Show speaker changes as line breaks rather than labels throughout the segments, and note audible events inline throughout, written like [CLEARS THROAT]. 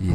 以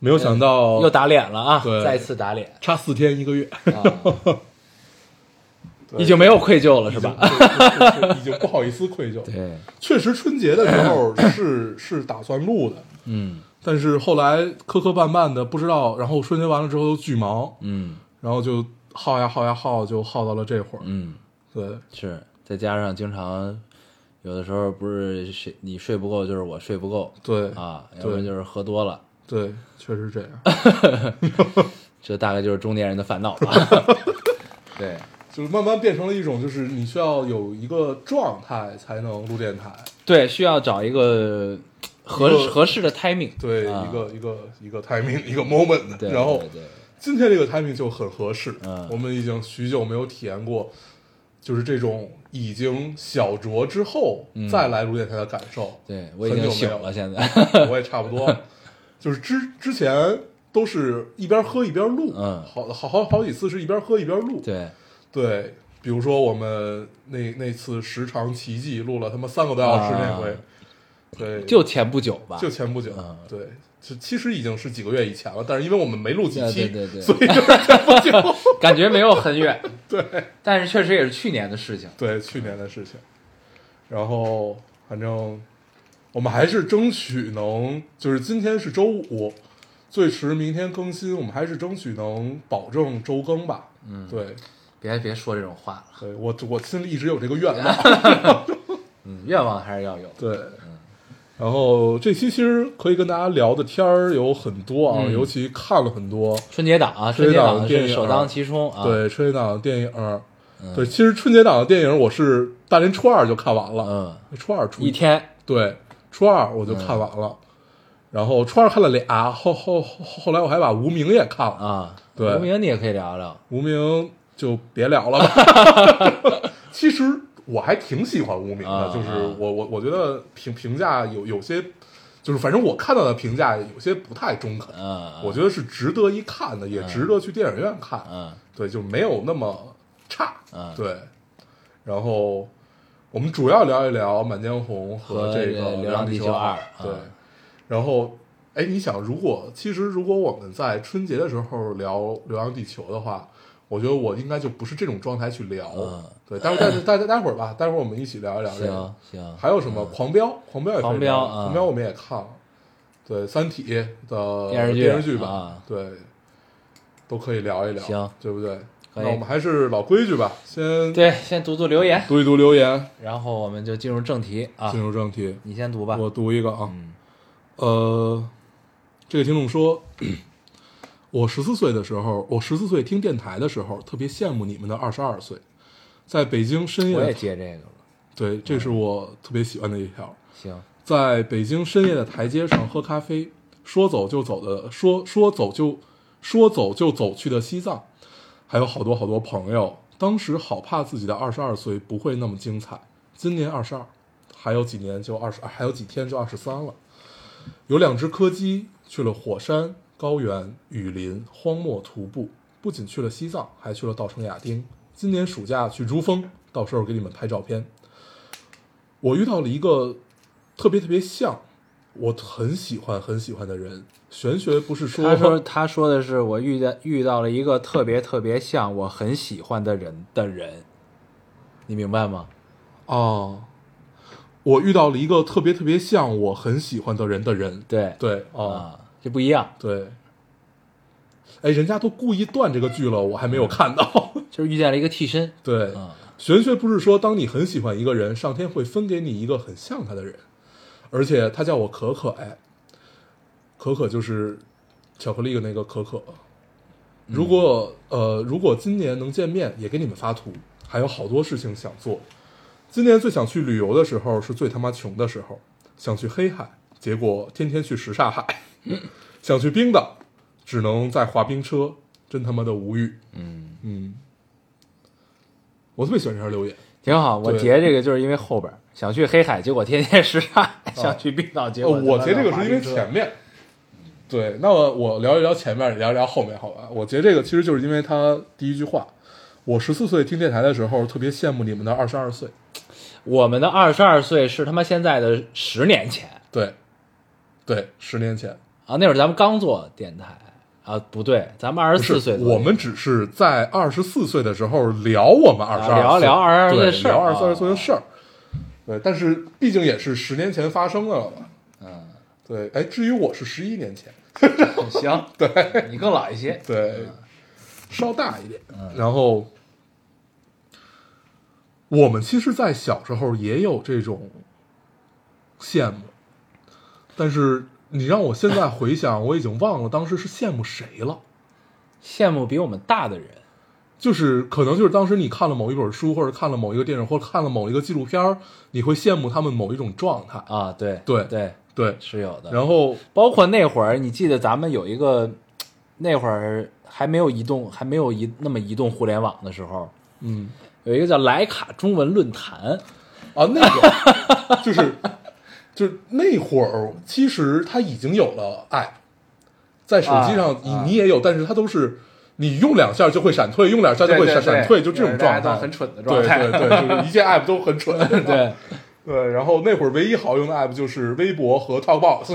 没有想到
又打脸了啊，
对
再次打脸，
差四天一个 [LAUGHS] 月，
已经没有愧疚了是吧？
[LAUGHS] 吧？已经不好意思愧疚。
对，
确实春节的时候是是打算录的，
嗯
但是后来磕磕绊绊的不知道，然后春节完了之后又巨忙，
嗯
然后就耗呀耗呀耗，就耗到了这会儿。
嗯，
对，
是，再加上经常有的时候不是谁你睡不够，就是我睡不够
对，
啊，要不然
对，
就是喝多了，
对，确实这样。
这大概就是中年人的烦恼吧。
[LAUGHS]
对，
就是慢慢变成了一种，就是你需要有一个状态才能录电台，
对，需要找一个合
一个
合适的 timing，
对，
啊
一个一个一个 timing，一个 moment，
对，
然后
对对
今天这个 timing 就很合适，
嗯
我们已经许久没有体验过，就是这种已经小酌之后、
嗯
再来录电台的感
[LAUGHS]
受。
对我已经
很久
醒
没有
了，现在。
我也差不多，就是之之前都是一边喝一边录，
嗯
好好好好几次是一边喝一边录，
对，
对比如说我们那那次时长奇迹录了他妈三个多小时那回，
啊
对，
就前不久吧，
就前不久，
嗯
对。就其实已经是几个月以前了，但是因为我们没录几
对
期，
对对对
所以就是
感觉没有很远，
[LAUGHS] 对
但是确实也是去年的事情。
对，去年的事情。然后反正我们还是争取能，就是今天是周五，最迟明天更新，我们还是争取能保证周更吧。嗯，对，
别别说这种话了，
对我我心里一直有这个
[LAUGHS]
愿望。
嗯，愿望还是要有。
对，
嗯
然后这期其实可以跟大家聊的天儿有很多啊，
嗯
尤其看了很多。
春节档啊，春节
春节档
档
电
是
影
首当其冲啊。嗯
对春节档的电影儿，对，其实春节档的电影我是大年初二就看完了，
嗯，
初二初
一天，
对，初二我就看完了，然后初二看了俩，后后后后来我还把无名也看了，
啊，
对
无名你也可以聊聊。
无名就别聊了吧。
[LAUGHS]
其实我还挺喜欢无名
啊
的，就是我我我觉得评评价有有些，就是反正我看到的评价有些不太中肯，
嗯，
我觉得是值得一看的，也值得去电影院看，
嗯
对，就没有那么差，
嗯
对，然后。我们主要聊一聊《满江红》
和
这
这
个
个
《
流
浪
浪地球
球
二
对
嗯，
然后，哎，你想，如果其实如果我们在春节的时候聊《流浪地球》的话，我觉得我应该就不是这种状态去聊。
嗯
对，待会儿待待待待会儿吧，待会儿我们一起聊一聊这个
行。行，
还有什么《狂飙》？《狂飙》也可以
嗯狂飙
聊
嗯
狂飙我们也看了。对，《三体》的
电视剧
电视剧版
啊，
对，都可以聊一聊，
行
对不对？
可以
那我们还是老规矩吧，先
对，先读读留言，
读一读留言，
然后我们就进入正题啊
进。入正题。
你先读吧。
我读一个啊，
嗯
呃，这个听众说，我十四岁的时候，我十四岁听电台的时候，特别羡慕你们的二十二岁，在北京深夜
我也嗯
的，
接这个了。
对，这是我特别喜欢的一条，
行，
在北京深夜的台阶上喝咖啡，说走就走的，说说走就说走就走去的西藏，还有好多好多朋友。当时好怕自己的二十二岁不会那么精彩，今年二十二，还有几年就二十，还有几天就二十三了。有两只柯基去了火山、高原、雨林、荒漠徒步，不仅去了西藏，还去了稻城亚丁。今年暑假去珠峰，到时候给你们拍照片。我遇到了一个特别特别像我很喜欢很喜欢的人。玄学不是说
他说他说的是我遇见遇到了一个特别特别像我很喜欢的人的人，你明白吗？
哦，我遇到了一个特别特别像我很喜欢的人的人。
对
对哦，
啊，这不一样，
对。哎，人家都故意断这个句了，我还没有看到。
就是遇见了一个替身。
[LAUGHS] 对，
啊
玄学不是说，当你很喜欢一个人，上天会分给你一个很像他的人，而且他叫我可可哎，可可就是巧克力的那个可可。如果、呃，如果今年能见面，也给你们发图，还有好多事情想做。今年最想去旅游的时候是最他妈穷的时候，想去黑海，结果天天去什刹海；想去冰岛，只能在滑冰车，真他妈的无语。
嗯，
嗯，我特别喜欢这条留言，
挺好。我
对
截这个就是因为后边儿想去黑海，结果天天时差； [LAUGHS] 想去冰岛，结
哦，
果
我
他妈
截这
的
个是因
滑
为
冰车
前面。对，那么我聊一聊前面，也聊一聊后面，好吧？我截这个其实就是因为他第一句话，我十四岁听电台的时候，特别羡慕你们的二十二岁。
我们的二十二岁是他妈现在的十年前
对，对，十年前，
啊，那会儿咱们刚做电台啊，不对，咱们二十
不是
四岁左右，
我们只是在二十四岁的时候聊我们二十
啊
二，
聊聊22岁
对
的事儿
聊二十二岁
啊
的事儿。对，但是毕竟也是十年前发生的了吧？嗯，对。哎，至于我是十一年前， [LAUGHS]
行，对你更老一些，
对，稍大一点。然后，我们其实，在小时候也有这种羡慕，但是你让我现在回想，我已经忘了当时是羡慕谁了。
羡慕比我们大的人，
就是可能就是当时你看了某一本书，或者看了某一个电影，或者看了某一个纪录片儿，你会羡慕他们某一种状态。
啊，对
对
对，
对，
是有的。
然后
包括那会儿，你记得咱们有一个，那会儿还没有移动，还没有移那么移动互联网的时候，
嗯
有一个叫莱卡中文论坛，
啊，那个就是就是那会儿，其实他已经有了 app，在手机上
啊
你、
啊
你也有，但是它都是你用两下就会闪退，用两下就
对
会
对
闪
对
闪退，就这种
就是大家
状
都
态，
很蠢的状态
对对对，就是一切 app 都很蠢。
[LAUGHS] 对，
对，呃然后那会儿唯一好用的 app 就是微博和 Talkbox。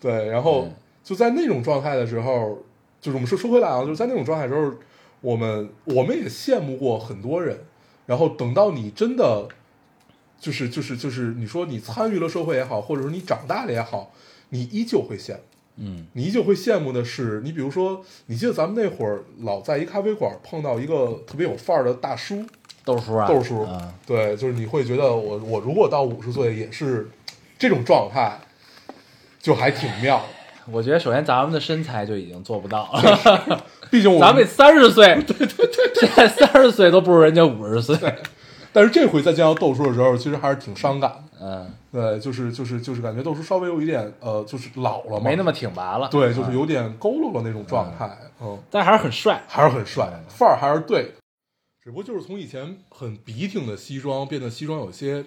对，然后就在那种状态的时候，就是我们说说回来啊，就是在那种状态的时候，我们我们也羡慕过很多人。然后等到你真的就是就是就是你说你参与了社会也好，或者说你长大了也好，你依旧会羡慕。
嗯，
你依旧会羡慕的是，你比如说，你记得咱们那会儿老在一咖啡馆碰到一个特别有范儿的大叔，
豆叔啊，
豆叔，
啊，
对，就是你会觉得我我如果到五十岁也是这种状态，就还挺
[LAUGHS]
妙的。
我觉得首先咱们的身材就已经做不到了，
毕 [LAUGHS] 竟我
咱们三十
[LAUGHS]
岁，对对对，现在三十岁都不如人家五十岁，
但是这回再见到豆叔的时候，其实还是挺伤感的。
嗯，
对，就是就是就是感觉豆叔稍微有一点呃，就是老了嘛，
[LAUGHS] 没那么挺拔了，
对，就是
啊，
有点佝偻了那种状态，嗯，
但还是很帅，
还是很帅，
嗯
范儿还是对的，只不过就是从以前很笔挺的西装变得西装有些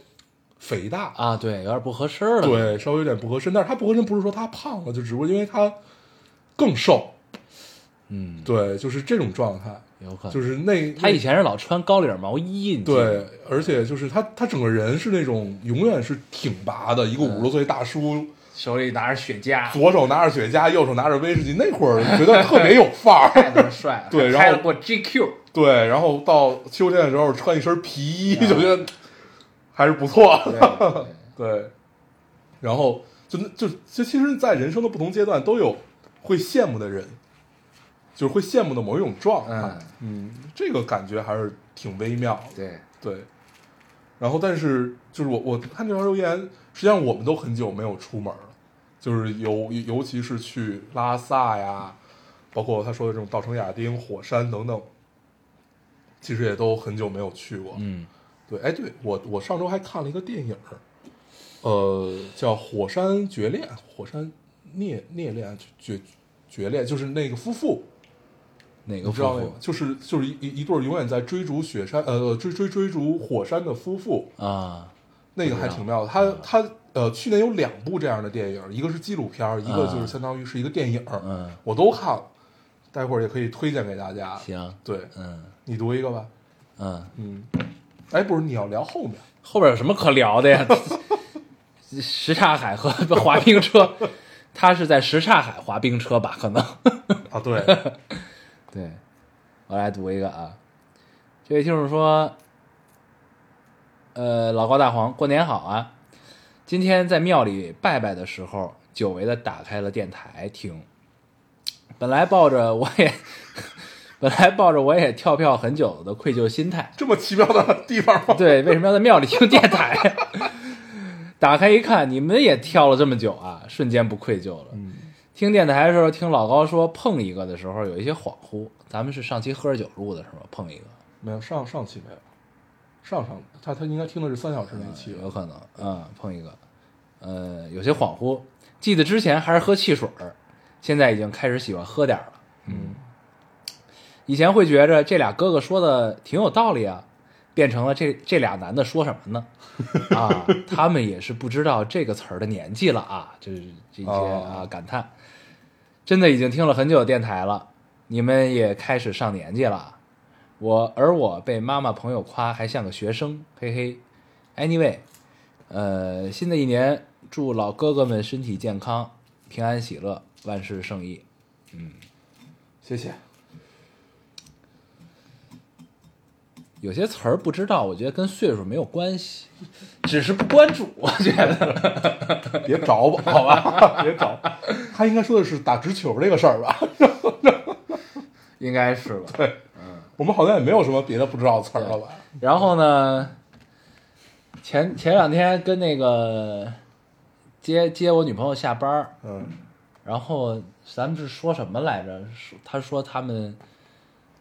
肥大，
啊，对，有点不合适了，，
对，稍微有点不合身。但是他不合身不是说他胖了，就只不过因为他更瘦，
嗯，
对，就是这种状态，
有可能
就是那
他以前是老穿高领毛衣，你记得吗
对，而且就是他他整个人是那种永远是挺拔的，一个
嗯
五十多岁大叔，
手里拿着雪茄， [LAUGHS]
左手拿着雪茄，右手拿着威士忌，那会儿觉得特别有范
太
儿。
他妈帅了，
对然后
还拍了过 GQ，
对，然后到秋天的时候穿一身皮衣，就觉得还是不错。啊 [LAUGHS] 对，然后就那就就其实，在人生的不同阶段都有会羡慕的人，就是会羡慕的某一种状态。嗯，这个感觉还是挺微妙的。
啊对，
对，然后但是就是我我看这条留言，实际上我们都很久没有出门了，就是尤尤其是去拉萨呀，包括他说的这种稻城亚丁、火山等等，其实也都很久没有去过。
嗯，
对，哎，对我我上周还看了一个电影儿，呃，叫《火山决恋》，火山灭灭恋决决恋，就是那个夫妇，
哪
你
个
知道
夫
那个
妇，
就是就是一一一对儿永远在追逐雪山，呃，追追追逐火山的夫妇，
啊？
那个还挺妙的。他他呃，去年有两部这样的电影，一个是纪录片儿，一个就是相当于是一个电影儿，
嗯
我都看了，待会儿也可以推荐给大家。
行，
对
嗯
你读一个吧，
嗯，
嗯，哎，不是你要聊后面，
后边有什么可聊的呀？ [LAUGHS] 什刹海和滑冰车，他是在什刹海滑冰车吧？可能。
啊，对，
对，我来读一个啊。这位听众说：“呃，老高大黄，过年好啊！今天在庙里拜拜的时候，久违的打开了电台听。本来抱着我也， [LAUGHS] 本来抱着我也跳票很久的愧疚心态，
这么奇妙的地方吗？
[LAUGHS] 对，为什么要在庙里听电台？ [LAUGHS] 打开一看，你们也跳了这么久啊，瞬间不愧疚了。听电台的时候，听老高说碰一个的时候，有一些恍惚。咱们是上期喝着酒录的是吗？碰一个，
没有上上期没有，上上他他应该听的是三小时那期，
有可能，嗯嗯，碰一个，呃，有些恍惚，记得之前还是喝汽水儿，现在已经开始喜欢喝点儿了。
嗯，
以前会觉着这俩哥哥说的挺有道理啊，变成了这这俩男的说什么呢？啊，他们也是不知道这个词儿的年纪了啊，这是这些啊
哦
感叹，真的已经听了很久电台了，你们也开始上年纪了啊。我而我被妈妈朋友夸还像个学生，嘿嘿。Anyway，呃，新的一年祝老哥哥们身体健康、平安喜乐、万事胜意。
谢谢。
有些词儿不知道，我觉得跟岁数没有关系，只是不关注。我觉得
别找吧，好吧， [LAUGHS] 别找。他应该说的是打直球这个事儿吧？ [LAUGHS]
应该是吧。嗯
我们好像也没有什么别的不知道的词儿了吧？
然后呢，前前两天跟那个接接我女朋友下班儿，
嗯，
然后咱们是说什么来着？说他说他们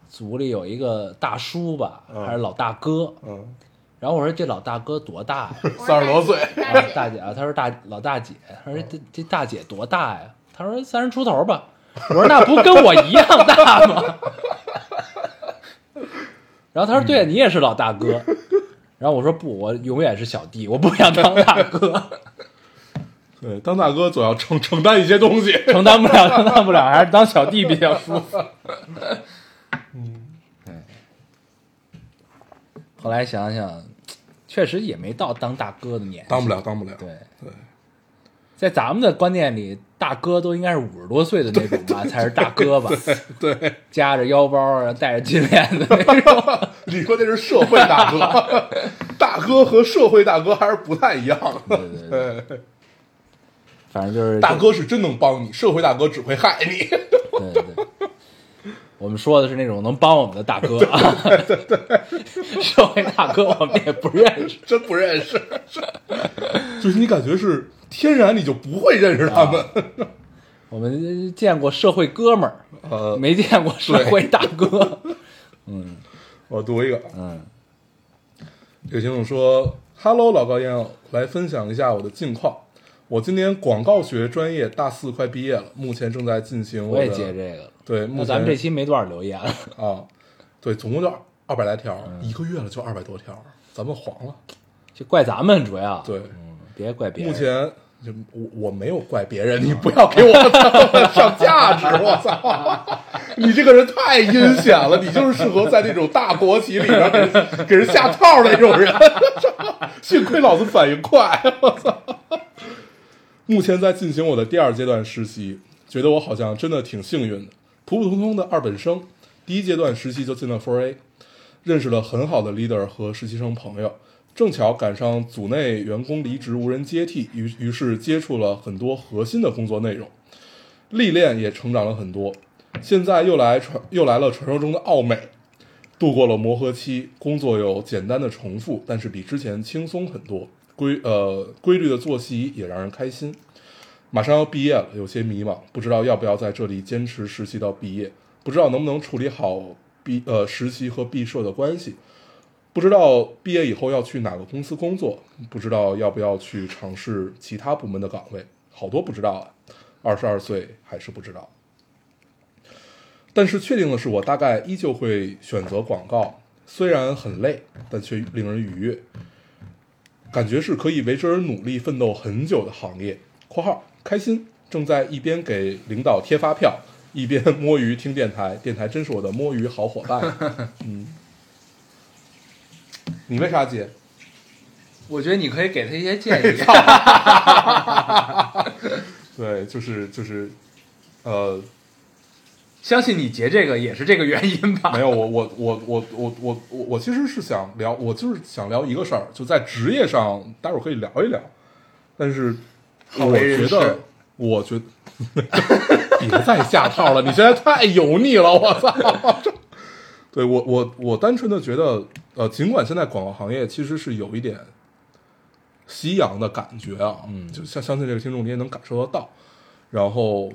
组里有一个大叔吧，
嗯
还是老大哥。
嗯，
然后我说这老大哥多大呀？
三十多岁，
啊，大姐啊，她说大老大姐，她说这这大姐多大呀？她说三十出头吧。我说那不跟我一样大吗？ [LAUGHS] 然后她说对，你也是老大哥。然后我说不，我永远是小弟，我不想当大哥，
[LAUGHS] 对，当大哥总要承承担一些东西。
承担不了，承担不了，还是当小弟比较舒服。嗯，后来想想，确实也没到当大哥的年纪，
当不了，当不了。
对
对，
在咱们的观念里，大哥都应该是五十多岁的那种
[LAUGHS]
吧，才是大哥吧？
对， [LAUGHS]
夹着腰包啊，带着金链子那种。
你说那是社会大哥， [LAUGHS] 大哥和社会大哥还是不太一样的。
对对对，
[LAUGHS] 对
[LAUGHS] 反正就是
大。哥是真能帮你，社会大哥只会害你。 [LAUGHS]
对对对，我们说的是那种能帮我们的大哥啊。对对， [LAUGHS] 社会大哥我们也不
[LAUGHS]
认识。
真不认识，就是你感觉是天然你就不会认识他们，
啊我们见过社会哥们儿，
呃，
没见过社会大哥。
我读一个，
嗯，
这个听众说：“Hello，老高烟友，来分享一下我的近况。我今年广告学专业大四快毕业了，目前正在进
[LAUGHS]
行
我
的
也接这个了。
对，目
那
前
咱们这期没多少留言了。
啊，对，总共就二百来条，
嗯
一个月了就二百多条，咱们黄了。
就怪咱们主要，
对
嗯，别怪别人。
目前就我我没有怪别人，你 [LAUGHS] 不要给我上价值，我操！ [LAUGHS] 你这个人太阴险了，你就是适合在那种大国企里边给人给人下套的那种人。 [LAUGHS] 幸亏老子反应快，我操！目前在进行我的第二阶段实习，觉得我好像真的挺幸运的，普普通通的二本生，第一阶段实习就进了 Four A，认识了很好的 leader 和实习生朋友，正巧赶上组内员工离职无人接替，于于是接触了很多核心的工作内容，历练也成长了很多。现在又来传又来了传说中的奥美，度过了磨合期，工作有简单的重复，但是比之前轻松很多。规呃规律的作息也让人开心。马上要毕业了，有些迷茫，不知道要不要在这里坚持实习到毕业，不知道能不能处理好毕呃实习和毕设的关系，不知道毕业以后要去哪个公司工作，不知道要不要去尝试其他部门的岗位，好多不知道啊。二十二岁还是不知道。但是确定的是，我大概依旧会选择广告，虽然很累，但却令人愉悦，感觉是可以为之而努力奋斗很久的行业。（括号开心）正在一边给领导贴发票，一边摸鱼听电台，电台真是我的摸鱼好伙伴。
[LAUGHS]
嗯，你为啥接？
我觉得你可以给他一些建议。
[LAUGHS] 对，就是就是，呃，
相信你截这个也是这个原因吧？
没有，我我我我我我我我其实是想聊，我就是想聊一个事儿，就在职业上，待会儿可以聊一聊。但是
好
我
为人
觉
师
得，我觉得 [LAUGHS] 别再下套了，你现在太油腻了，我操！ [LAUGHS] 对我我我单纯的觉得，呃，尽管现在广告行业其实是有一点夕阳的感觉啊，嗯，就相相信这个听众你也能感受得到。然后，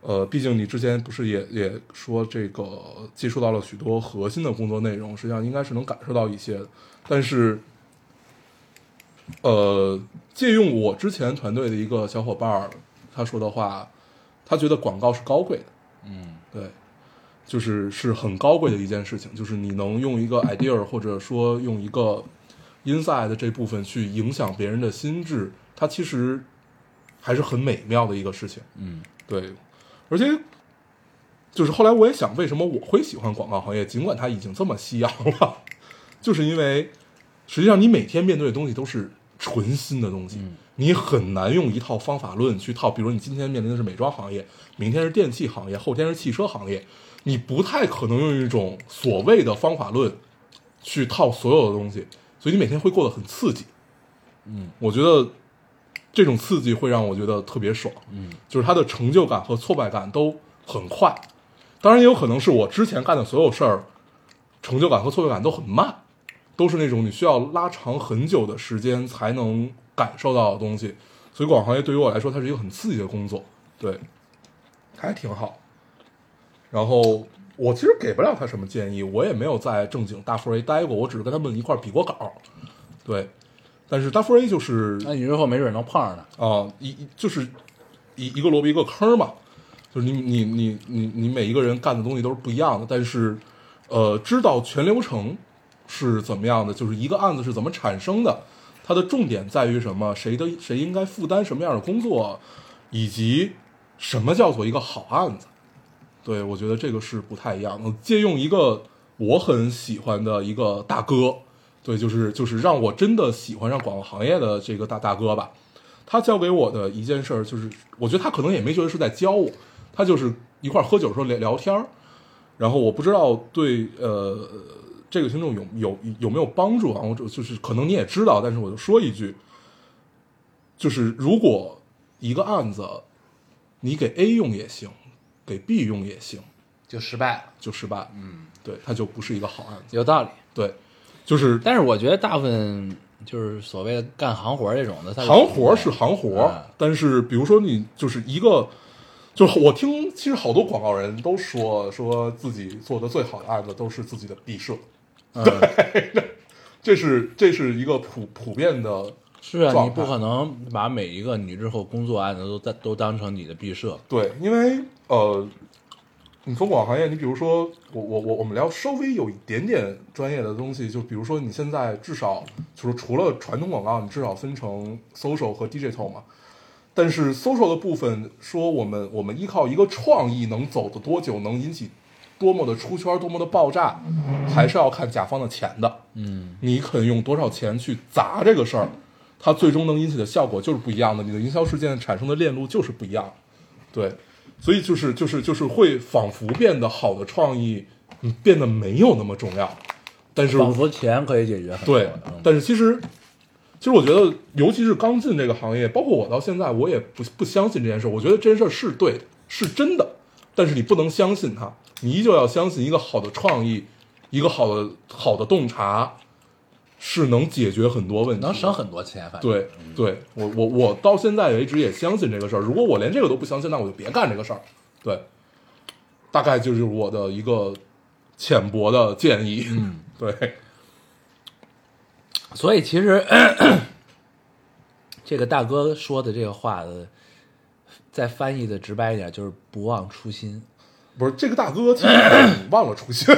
呃，毕竟你之前不是也也说这个接触到了许多核心的工作内容，实际上应该是能感受到一些的。但是，呃，借用我之前团队的一个小伙伴儿他说的话，他觉得广告是高贵的，
嗯
对，就是是很高贵的一件事情，就是你能用一个 idea 或者说用一个 inside 的这部分去影响别人的心智，它其实还是很美妙的一个事情。
嗯
对，而且就是后来我也想，为什么我会喜欢广告行业？尽管它已经这么夕阳了，就是因为实际上你每天面对的东西都是纯新的东西，你很难用一套方法论去套。比如你今天面临的是美妆行业，明天是电器行业，后天是汽车行业，你不太可能用一种所谓的方法论去套所有的东西，所以你每天会过得很刺激。
嗯，
我觉得这种刺激会让我觉得特别爽。
嗯
就是他的成就感和挫败感都很快。当然，也有可能是我之前干的所有事儿，成就感和挫败感都很慢，都是那种你需要拉长很久的时间才能感受到的东西。所以，广告行业对于我来说，它是一个很刺激的工作，对，还挺好。然后，我其实给不了他什么建议，我也没有在正经大富 A 待过，我只是跟他们一块儿比过稿，对。但是大富 A 就是
那你日后没准能碰上呢。
啊，一一就是一一个萝卜一个坑嘛，就是你你你你你每一个人干的东西都是不一样的，但是呃，知道全流程是怎么样的，就是一个案子是怎么产生的，它的重点在于什么，谁的谁应该负担什么样的工作，以及什么叫做一个好案子。对，我觉得这个是不太一样的。借用一个我很喜欢的一个大哥，对，就是就是让我真的喜欢上广告行业的这个大大哥吧。他教给我的一件事儿，就是我觉得他可能也没觉得是在教我，他就是一块儿喝酒的时候聊聊天儿。然后我不知道对呃这个听众有有有没有帮助啊？我就就是可能你也知道，但是我就说一句，就是如果一个案子你给 A 用也行，给 B 用也行，
就失败了，
就失败了。嗯，对，它就不是一个好案子。
有道理。
对，就是
但是我觉得大部分就是所谓的干行活儿这种的，他
行活儿是行活儿，
嗯
但是比如说你就是一个，就是我听，其实好多广告人都说说自己做的最好的案子都是自己的毕设， [LAUGHS]
嗯
这是这是一个普普遍的，
是啊，
状
你不
态
可能把每一个你日后工作案子都当都当成你的毕设。
对，因为呃，你从广告行业，你比如说我我我我们聊稍微有一点点专业的东西，就比如说你现在至少就是除了传统广告，你至少分成 social 和 digital 嘛，但是 social 的部分说我们我们依靠一个创意能走得多久，能引起多么的出圈，多么的爆炸，还是要看甲方的钱的。嗯，你肯用多少钱去砸这个事儿，它最终能引起的效果就是不一样的。你的营销事件产生的链路就是不一样的对，所以就是就是就是会仿佛变得好的创意，嗯，变得没有那么重要。但是
仿佛钱可以解决很多
对
的，嗯
但是其实，其实我觉得，尤其是刚进这个行业，包括我到现在，我也不不相信这件事。我觉得这件事是对的，是真的，但是你不能相信它，你依旧要相信一个好的创意，一个好的好的洞察，是能解决很多问题的，
能省很多钱，反正
对对，我我我到现在为止也相信这个事儿。如果我连这个都不相信，那我就别干这个事儿。对，大概就是我的一个浅薄的建议。嗯， [LAUGHS] 对，
所以其实 [CLEARS THROAT] 这个大哥说的这个话的，再翻译的直白一点，就是不忘初心。
不是这个大哥，其实很忘了初心，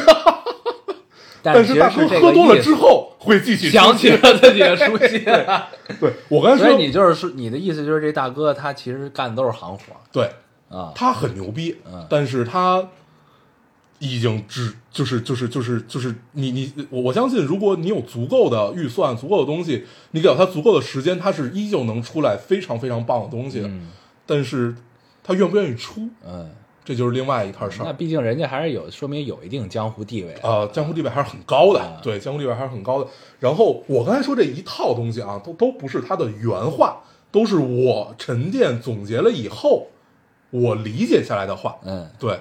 [LAUGHS] 但是
是哎其
大
实
哥
是这
喝
个
多了
意思
之后会继续
想
初
起
心。
了自己的初 [LAUGHS] 心啊。
对我刚才
所
说
以你就是说，你的意思就是这大哥他其实干的都是行活
对，
啊，
他很牛逼，
嗯
但是他已经只就是就是就是就是你你我我相信，如果你有足够的预算、足够的东西，你给到他足够的时间，他是依旧能出来非常非常棒的东西的。但是他愿不愿意出，
嗯，
这就是另外一摊事
那
儿。
毕竟人家还是有，说明有一定江湖地位
哦
的。
啊，江湖地位还是很高的，
啊
对，江湖地位还是很高的。然后我刚才说这一套东西啊，都都不是他的原话，都是我沉淀总结了以后，我理解下来的话。
嗯，
对，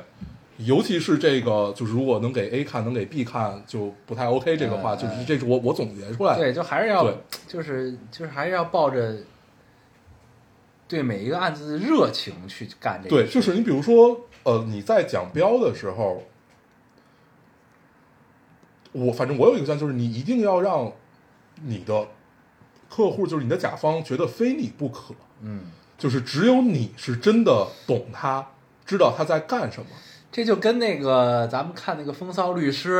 尤其是这个，就是如果能给 A 看，能给 B 看，就不太 OK。这个话、
嗯
就是这是我我总结出来的。
[LAUGHS] 对，就还是要
对，
就是就是还是要抱着对每一个案子的热情去干这个
对，
事。
就是你比如说，呃，你在讲标的时候，我反正我有一个想法，就是你一定要让你的客户，就是你的甲方，觉得非你不可。
嗯
就是只有你是真的懂他，知道他在干什么。
这就跟那个咱们看那个《风骚律师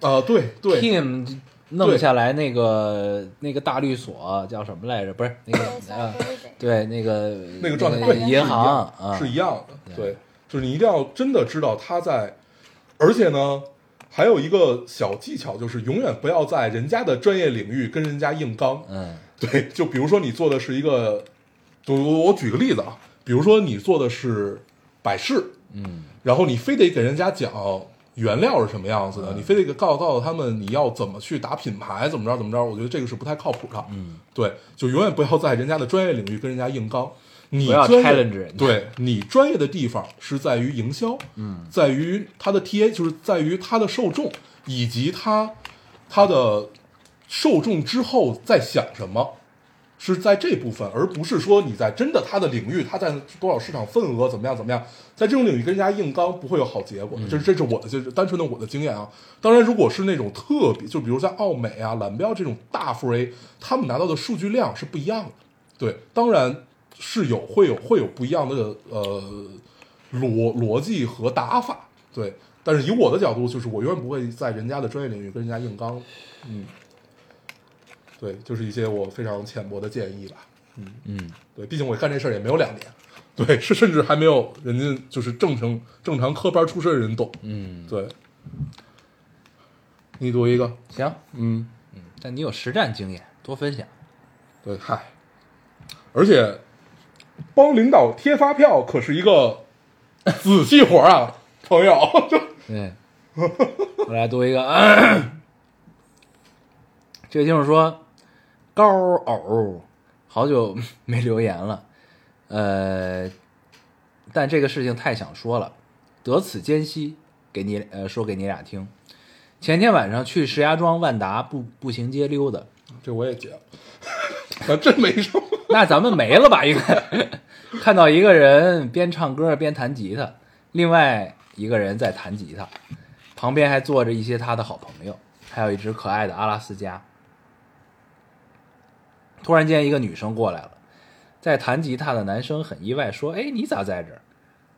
啊，对》对，
Kim 弄下来那个那个大律所叫什么来着？不是那个啊，对那个
那个状态
那
对是一
银
样
行啊，
是一样的，对，就是你一定要真的知道他在，而且呢，还有一个小技巧就是永远不要在人家的专业领域跟人家硬刚，
嗯
对，就比如说你做的是一个，就我我举个例子啊，比如说你做的是百事，
嗯，
然后你非得给人家讲原料是什么样
嗯
子的，你非得给告告诉他们你要怎么去打品牌，怎么着怎么着，我觉得这个是不太靠谱的。嗯，对，就永远不要在人家的专业领域跟人家硬刚。你
不要
专业
challenge 人家
对你专业的地方是在于营销，嗯，在于他的 TA，就是在于他的受众以及他他的受众之后在想什么，是在这部分，而不是说你在真的他的领域，他在多少市场份额怎么样怎么样，在这种领域跟人家硬刚不会有好结果。这这是我的，就是单纯的我的经验啊。当然，如果是那种特别，就比如像奥美啊、蓝标这种大 f A，他们拿到的数据量是不一样的。对，当然是有会有会有不一样的呃逻逻辑和打法。对，但是以我的角度，就是我永远不会在人家的专业领域跟人家硬刚。嗯，对，就是一些我非常浅薄的建议吧。
嗯，
对，毕竟我干这事儿也没有两年，对，是甚至还没有人家就是正常正常科班出身的人懂，
嗯，
对。你读一个，
行，
嗯，
但你有实战经验，多分享。
对，嗨，而且帮领导贴发票可是一个仔细活儿啊，朋友， [LAUGHS]
对，我来读一个， [CLEARS THROAT] 啊、这个听众说，高偶好久没留言了，呃，但这个事情太想说了，得此间隙给你呃说给你俩听。前天晚上去石家庄万达步步行街溜达，
这我也接了，还真啊没说，
[LAUGHS] 那咱们没了吧？应该 [LAUGHS] 看到一个人边唱歌边弹吉他，另外一个人在弹吉他，旁边还坐着一些他的好朋友，还有一只可爱的阿拉斯加。突然间，一个女生过来了，在弹吉他的男生很意外，说：“哎，你咋在这儿？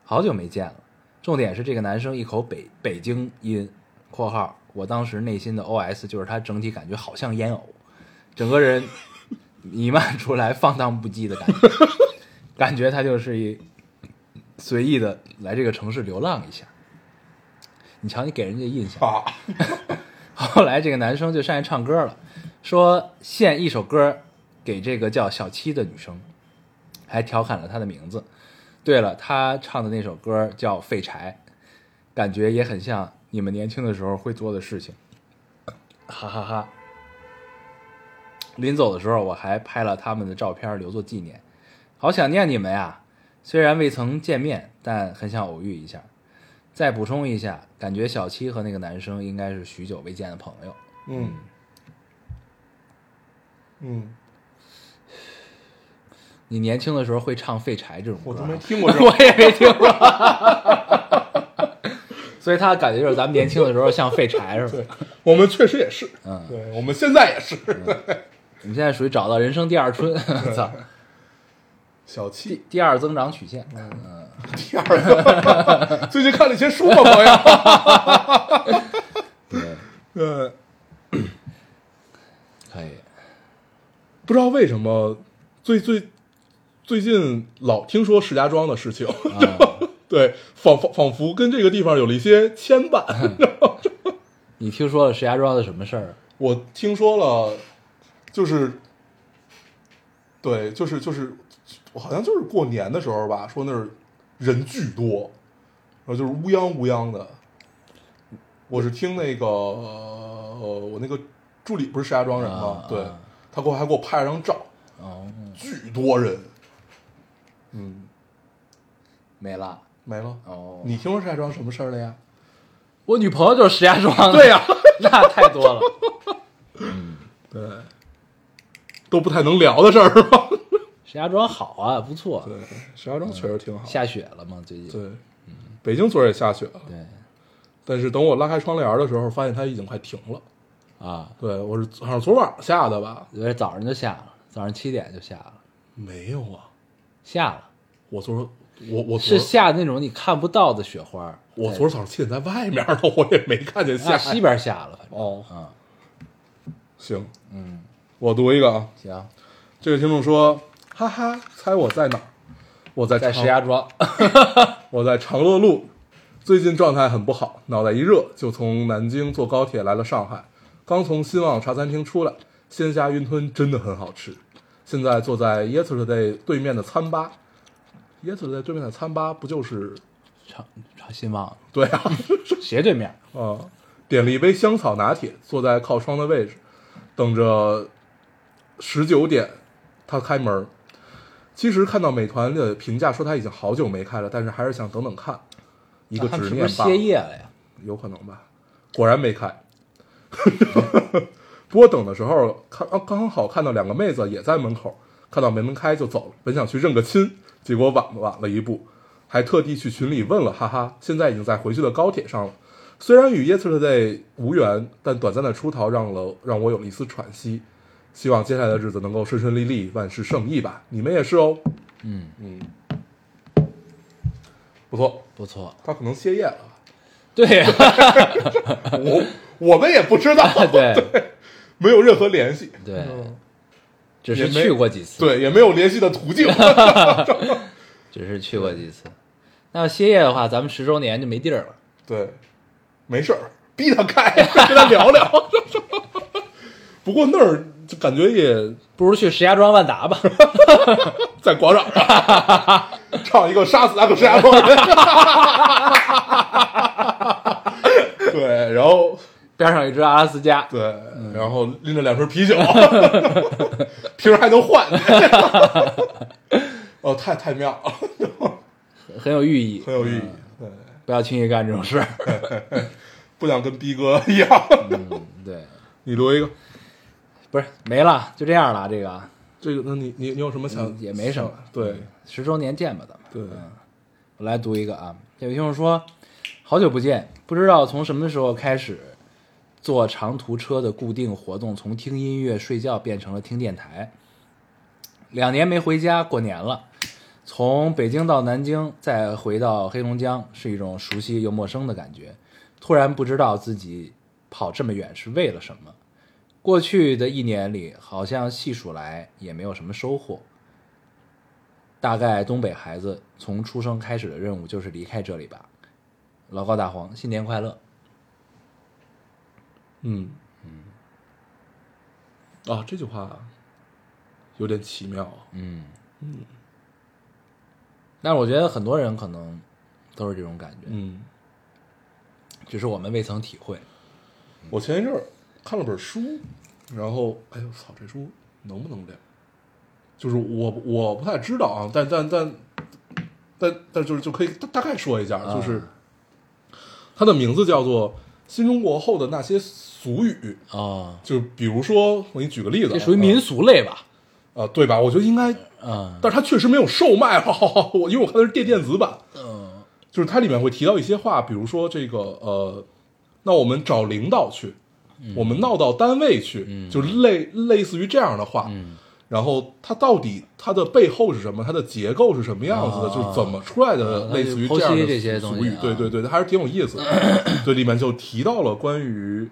好久没见了。”重点是这个男生一口北北京音（括号我当时内心的 OS 就是他整体感觉好像烟偶，整个人弥漫出来放荡不羁的感觉，感觉他就是一随意的来这个城市流浪一下。你瞧，你给人家印象。
[LAUGHS] 啊，
后来这个男生就上去唱歌了，说献一首歌给这个叫小七的女生，还调侃了她的名字。对了，她唱的那首歌叫《废柴》，感觉也很像你们年轻的时候会做的事情，哈哈哈。临走的时候，我还拍了他们的照片留作纪念。好想念你们呀！虽然未曾见面，但很想偶遇一下。再补充一下，感觉小七和那个男生应该是许久未见的朋友。
嗯，嗯，
你年轻的时候会唱《废柴》这种歌
我
啊、
都没听
[LAUGHS]
过这种，
我也没听过。所以他的感觉就是咱们年轻的时候像废柴似
[LAUGHS] 对
的。
我们确实也是，
嗯
对，我们现在也是，
我们现在属于找到人生第
[LAUGHS]
二春，操，
小七。
第二增长曲线。
[LAUGHS] 嗯第二个， [LAUGHS] 最近看了一些书吗，朋友？ [LAUGHS]
对，
呃，
可以。
不知道为什么最最最近老听说石家庄的事情，
啊
[LAUGHS] 对，仿仿仿佛跟这个地方有了一些牵绊。
嗯你听说了石家庄的什么事儿？
[LAUGHS] 我听说了，就是，对，就是就是，我好像就是过年的时候吧，说那儿人巨多，然后就是乌泱乌泱的。我是听那个呃，我那个助理不是石家庄人吗？
啊
对
啊，
他给我还给我拍了张照，
哦，
巨多人。嗯，
没了。
没了。
哦
你听说石家庄什么事儿了呀？
我女朋友就是石家庄的。
对呀、
[LAUGHS] 那太多了。
对，都不太能聊的事儿是吧？
石家庄好啊，不错。
[LAUGHS] 对，石家庄确实挺好。
下雪了吗？最近？
对，嗯北京昨儿也下雪了，
对
但是等我拉开窗帘的时候，发现它已经快停了。
啊，
对，我是好像昨晚上下的吧？
有点早上就下了，早上七点就下了，
没有啊，
下了。
我昨我我昨
是下那种你看不到的雪花。
我昨儿早上七点在外面了，我也没看见
那
下
西边下了，反正
啊哦，
啊，
行，
嗯，
我读一个啊。
行，
这位听众说：“哈哈，猜我在哪儿？我在
在
长
石家庄，
我在长乐路，最近状态很不好，脑袋一热就从南京坐高铁来了上海，刚从新旺茶餐厅出来，鲜虾云吞真的很好吃。现在坐在 Yesterday 对面的餐吧，Yesterday 对面的餐吧不就是
长长新望
对啊 [LAUGHS]
斜对面，
啊？点了一杯香草拿铁，坐在靠窗的位置，等着十九点他开门儿。其实看到美团的评价说他已经好久没开了，但是还是想等等看。一个
他们
执
是
念
不是
罢了
歇。业了呀？
有可能吧。果然没开。 [LAUGHS] 不过等的时候，看啊刚好看到两个妹子也在门口，看到门开就走了，本想去认个亲，结果晚晚了一步，还特地去群里问了，哈哈。现在已经在回去的高铁上了。虽然与 yesterday 无缘，但短暂的出逃让了让我有了一丝喘息。希望接下来的日子能够顺顺利利，万事胜意吧。你们也是哦。
嗯
嗯，不错，
不错，
他可能歇业了。
对呀，，
我我们也不知道
[LAUGHS] 对
[LAUGHS] 没有任何联系，
对，
嗯
只是去过几次，
对，也没有联系的途径。 [LAUGHS]
只是去过几次。那要歇业的话，咱们十周年就没地儿了。
对，没事儿，逼他开，跟他聊 [LAUGHS] 聊。不过那儿就感觉也
不如去石家庄万达吧， [LAUGHS]
在广场上唱一个“杀死那个石家庄人” 。对，然后
边上有一只阿拉斯加，
对，然后拎着两瓶啤酒，瓶儿还能换。 [LAUGHS] 哦，太太妙了， [LAUGHS]
很有寓意，
很有意义。对。
不要轻易干这种事儿。 [LAUGHS]
不想跟逼哥一样。
嗯对，
你读一个，
不是没了，就这样了。这个
这个，那你你你有什么想？
嗯也没什么嗯
想对
十周年见吧，咱们。
对，
我来读一个啊，有听众说，好久不见，不知道从什么时候开始，坐长途车的固定活动从听音乐、睡觉变成了听电台。两年没回家过年了，从北京到南京，再回到黑龙江，是一种熟悉又陌生的感觉。突然不知道自己跑这么远是为了什么。过去的一年里，好像细数来也没有什么收获。大概东北孩子从出生开始的任务就是离开这里吧。老高大黄，新年快乐！
嗯嗯，啊，这句话有点奇妙啊。
嗯但是我觉得很多人可能都是这种感觉，
嗯，
只是我们未曾体会。嗯
我前一阵儿看了本书，然后哎呦操，这书能不能聊？就是我我不太知道啊，但但但但但就是就可以大大概说一下，
啊
就是它的名字叫做《新中国后的那些俗语》。
哦，
就比如说，我给你举个例子啊，
这属于民俗类吧？
啊、对吧？我觉得应该，
嗯
但是它确实没有售卖哈， [LAUGHS] 我因为我看的是电电子版，
嗯
就是它里面会提到一些话，比如说这个呃，那我们找领导去，
嗯
我们闹到单位去，就类类似于这样的话。
嗯
然后它到底它的背后是什么？它的结构是什么样子的？
啊
就是怎么出来的？
啊
类似于这样
那就
的
剖析这些东西
俗语，
啊
对对对，它还是挺有意
[LAUGHS]
思的。对，里面就提到了关于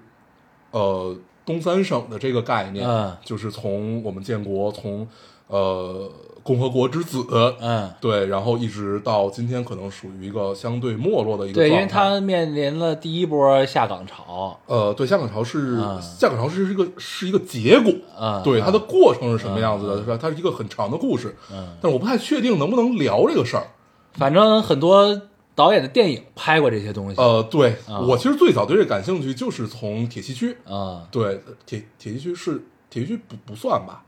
呃东三省的这个概念，
嗯
就是从我们建国，从呃共和国之子，
嗯，
对，然后一直到今天，可能属于一个相对没落的一个
对，因为
状态。
他面临了第一波下岗潮，
呃，对，下岗潮是、
嗯
下岗潮是一个是一个结果，
嗯
对
嗯
它的过程是什么样子的，是吧？它是一个很长的故事，
嗯
但是我不太确定能不能聊这个事儿。
反正很多导演的电影拍过这些东西。
呃，对、
嗯
我其实最早对这感兴趣就是从铁西区，
嗯，
对，呃铁铁西区是铁西区不不算吧，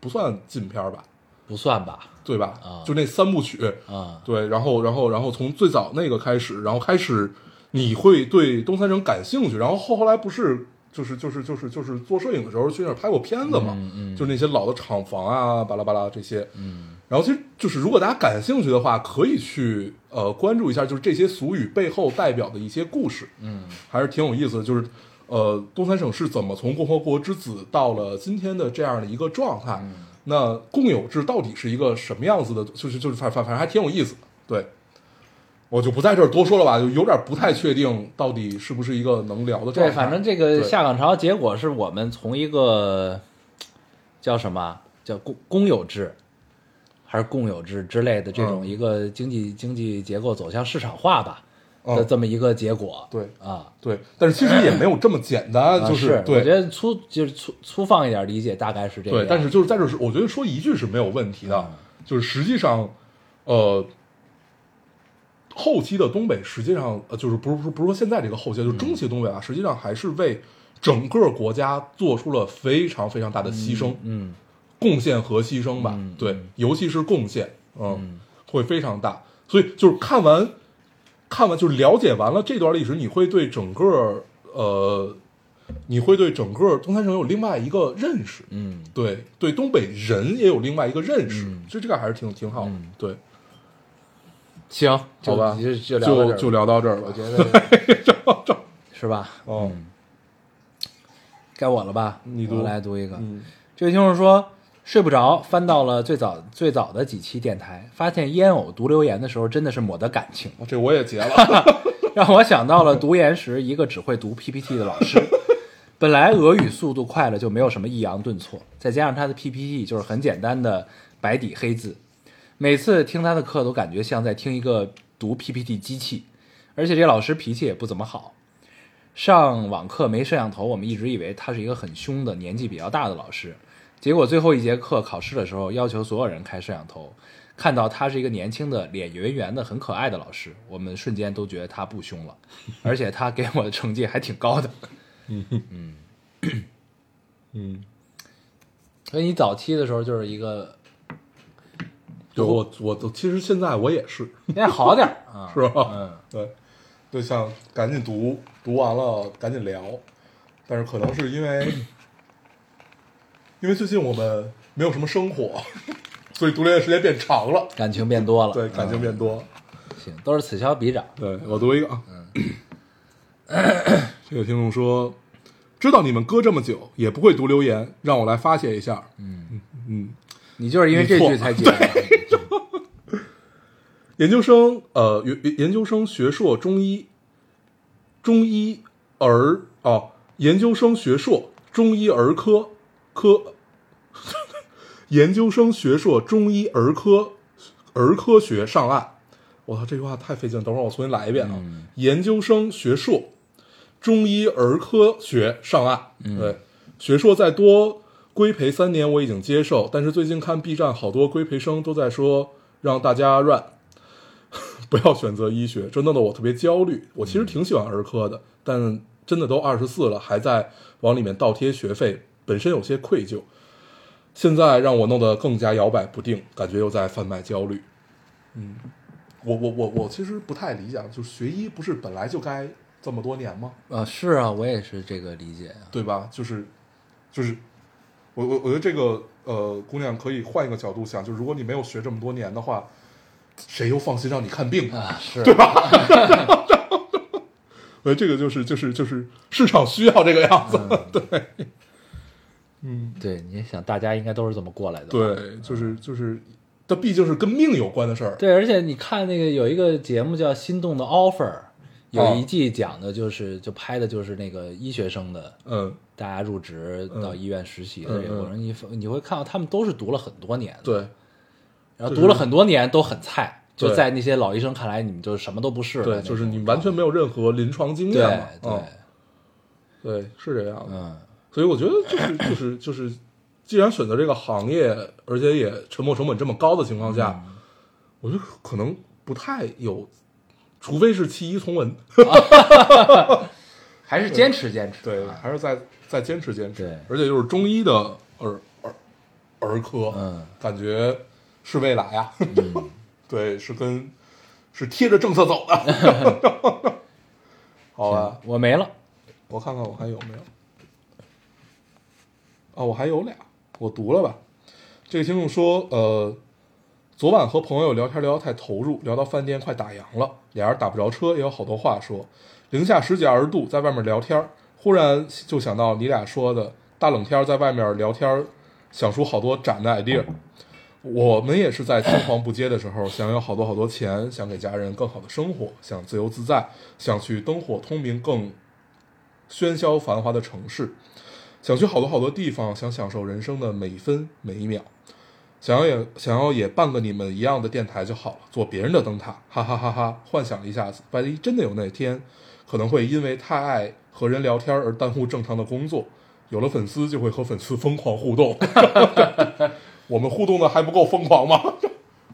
不算禁片儿吧，
不算吧？
对吧？
啊
就那三部曲，
啊，
对，然后，然后，然后从最早那个开始，然后开始你会对东三省感兴趣，然后后后来不是就是就是就是就是做摄影的时候去那儿拍过片子嘛，
嗯嗯
就那些老的厂房啊，巴拉巴拉这些，
嗯，
然后其实就是如果大家感兴趣的话，可以去呃关注一下，就是这些俗语背后代表的一些故事，嗯，还是挺有意思的，就是。呃，东三省是怎么从共和国之子到了今天的这样的一
嗯
个状态？那共有制到底是一个什么样子的？就是就是反反反正还挺有意思的。对，我就不在这儿多说了吧，就有点不太确定到底是不是一个能聊的状态。
对，反正这个
对
下岗潮结果是我们从一个叫什么啊叫公公有制还是共有制之类的这种
嗯
一个经济、经济结构走向市场化吧的
嗯
这么一个结果。
对
啊，
对，但是其实也没有这么简单，
啊
就是
我觉
对
得粗就是粗粗放一点理解，大概是这样。嗯
对，但是就是在这儿是，我觉得说一句是没有问题的，就是实际上，呃，后期的东北实际上呃，就是不是不是不是说现在这个后期，就是中期的东
嗯
北啊，实际上还是为整个国家做出了非常非常大的牺牲，
嗯，
贡献和牺牲吧，
嗯
对，尤其是贡献，嗯，会非常大。所以就是看完，看完就是了解完了这段历史，你会对整个呃，你会对整个东三省有另外一个认识，
嗯，
对对，东北人也有另外一个认识，所以这个还是挺挺好的，
嗯
对，
行，就
好吧，
就就
就
聊到这儿嗯
就聊到这儿
我
了
觉，得
[LAUGHS]
是吧？
哦，
该我了吧？
你读
我来读一个。
嗯
这位听众说，睡不着，翻到了最早最早的几期电台，发现烟偶读留言的时候真的是抹得感情，
哦这我也结
[LAUGHS]
了，
让我想到了读研时一个只会读 PPT 的老师。本来俄语速度快了就没有什么抑扬顿挫，再加上他的 PPT 就是很简单的白底黑字，每次听他的课都感觉像在听一个读 PPT 机器，而且这老师脾气也不怎么好。上网课没摄像头，我们一直以为他是一个很凶的、年纪比较大的老师，结果最后一节课考试的时候，要求所有人开摄像头，看到他是一个年轻的、脸圆圆的、很可爱的老师，我们瞬间都觉得他不凶了，而且他给我的成绩还挺高的。嗯
嗯，
所以你早期的时候就是一个，
对我我都其实现在我也是，
现在好点儿啊，
是吧？
嗯，
对，就想赶紧读，读完了赶紧聊。但是可能是因为，因为最近我们没有什么生活， [LAUGHS] 所以读联的时间变长了，
[LAUGHS] 感情变多了，
对，感情变多了。
嗯行，都是此消彼长。
对我读一个啊，这个听众说，知道你们搁这么久也不会读留言，让我来发泄一下。
你就是因为这
你错 [LAUGHS]
句才结的，
研究生，呃，研研究生学硕中医，中医儿哦，研究生学硕中医儿科科， [LAUGHS] 研究生学硕中医儿科儿科学上岸。我操，这句话太费劲了，等会儿我重新来一遍啊。研究生学硕中医儿科学上岸，对，学硕再多规培三年我已经接受，但是最近看 B 站好多规培生都在说让大家 run，不 [LAUGHS] 要选择医学，这弄得我特别焦虑。我其实挺喜欢儿科的，但真的都二十四了，还在往里面倒贴学费，本身有些愧疚。现在让我弄得更加摇摆不定，感觉又在贩卖焦虑。嗯，我我我我其实不太理解，啊就是学医不是本来就该这么多年吗？
啊，是啊，我也是这个理解啊。
对吧？就是，就是，我我我觉得这个呃，姑娘可以换一个角度想，就是如果你没有学这么多年的话，谁又放心让你看病啊？
啊，是对吧？
我觉得这个就是就是就是市场需要这个样子，
嗯
对
对，你想大家应该都是这么过来的吧，
[LAUGHS] 对，就是就是，它毕竟是跟命有关的事儿，
对，而且你看那个有一个节目叫《心动的 offer》，有
哦
一季讲的就是、就拍的就是那个医学生的，
嗯，
大家入职到医院实习的这个过程，你你会看到他们都是读了很多年的，，
对
然后
就是
读了很多年都很菜，就
对
在那些老医生看来，你们就什么都不是了那
对，
种，
就是你完全没有任何临床经
对
验嘛，
对，
嗯对，是这样的，
嗯，
所以我觉得就是就是就是，既然选择这个行业，而且也沉没成本这么高的情况下，
嗯
我觉得可能不太有，除非是弃医从文，
还是坚持坚持，
对，还是再再坚持坚持。
对
而且就是中医的儿儿儿科，
嗯，
感觉是未来呀， [LAUGHS] 对，是跟是贴着政策走的。
[LAUGHS]
好吧，
我没了，
我看看我还有没有。啊，我还有俩，我读了吧。这个听众说，呃，昨晚和朋友聊天聊得太投入，聊到饭店快打烊了，俩人打不着车，也有好多话说。零下十几二十度，在外面聊天儿，忽然就想到你俩说的，大冷天儿在外面聊天儿，想出好多展的 idea。我们也是在青黄不接的时候， [COUGHS] 想有好多好多钱，想给家人更好的生活，想自由自在，想去灯火通明、更喧嚣繁华的城市，想去好多好多地方，想享受人生的每一分每一秒。想要也想要也办个你们一样的电台就好了，做别人的灯塔，哈哈哈哈！幻想了一下子，万一真的有那天，可能会因为太爱和人聊天而耽误正常的工作。有了粉丝就会和粉丝疯狂互动， [LAUGHS] 我们互动的还不够疯狂吗？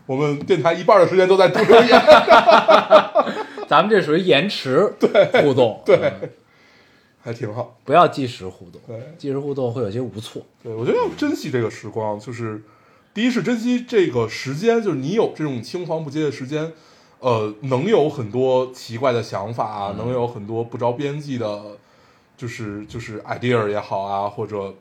我们电台一半的时间都在读留言。
咱们这属于延迟互动，
对
嗯
还挺好。
不要即时互动
对，
即时互动会有些无措。
对，我觉得要珍惜这个时光，就是第一是珍惜这个时间，就是你有这种青黄不接的时间，呃，能有很多奇怪的想法啊，
嗯
能有很多不着边际的，就是就是 idea 也好啊，或者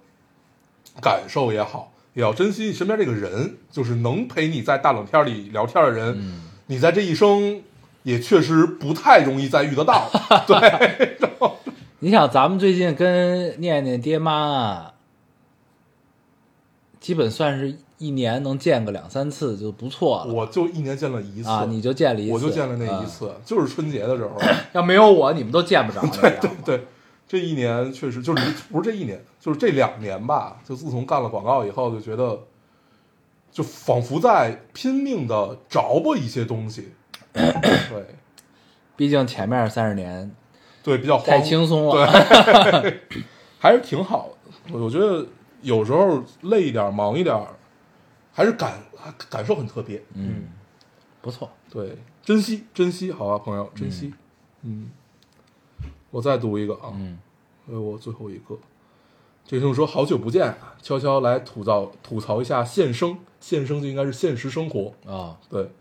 感受也好，也要珍惜你身边这个人，就是能陪你在大冷天里聊天的人，
嗯
你在这一生也确实不太容易再遇得
[LAUGHS]
到。
你想，咱们最近跟念念爹妈啊，基本算是一年能见个两三次就不错了
我就一年见了一次，
啊！你就见了一次，
我就见了那一
嗯。
次，就是春节的时候。
要没有我，你们都见不着。对对
[LAUGHS] 对，这一年确实就是离不是这一年，就是这两年吧。就自从干了广告以后，就觉得，就仿佛在拼命的着吧一些东西。 [COUGHS] 对
毕竟前面三十年
对，比较荒
太轻松了，
[LAUGHS] 还是挺好的。我我觉得有时候累一点、忙一点，还是感感受很特别。
嗯，不错。
对，珍惜珍惜，好吧，朋友，珍惜。嗯，我再读一个啊，
嗯，
为我最后一个。这听众说好久不见啊，悄悄来吐槽吐槽一下现生，现生就应该是现实生活。
哦，
对，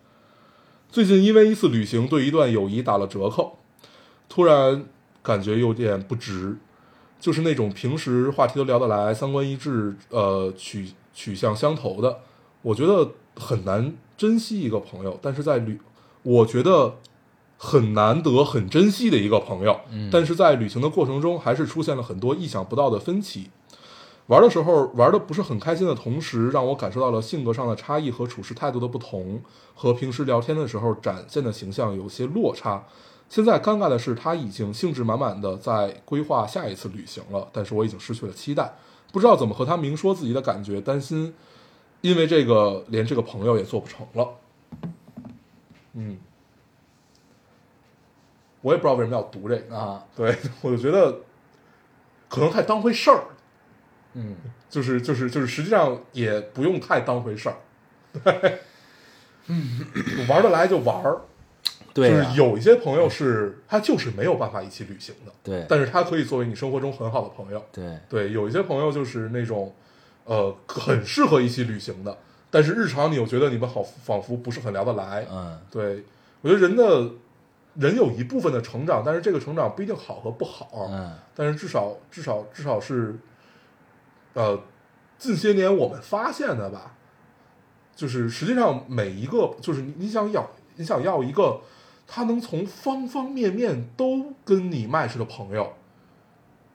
最近因为一次旅行对一段友谊打了折扣，突然感觉有点不值，就是那种平时话题都聊得来、三观一致、呃取取向相投的，我觉得很难珍惜一个朋友，但是在旅，我觉得很难得、很珍惜的一个朋友，但是在旅行的过程中，还是出现了很多意想不到的分歧。玩的时候玩的不是很开心的同时，让我感受到了性格上的差异和处事态度的不同，和平时聊天的时候展现的形象有些落差。现在尴尬的是，他已经兴致满满的在规划下一次旅行了，但是我已经失去了期待，不知道怎么和他明说自己的感觉，担心因为这个连这个朋友也做不成了。嗯，我也不知道为什么要读这个
啊，
对我就觉得可能太当回事儿了。
嗯，
就是就是就是，实际上也不用太当回事儿。对，玩得来就玩儿。
嗯对啊
就
呀、
是有一些朋友是他就是没有办法一起旅行的，
对
但是他可以作为你生活中很好的朋友。
对，
对，有一些朋友就是那种，呃，很适合一起旅行的，但是日常你又觉得你们好仿佛不是很聊得来。
嗯，
对，我觉得人的人有一部分的成长，但是这个成长不一定好和不好。啊
嗯，
但是至少至少至少是，呃，近些年我们发现的吧，就是实际上每一个就是你你想要你想要一个他能从方方面面都跟你 match 的朋友，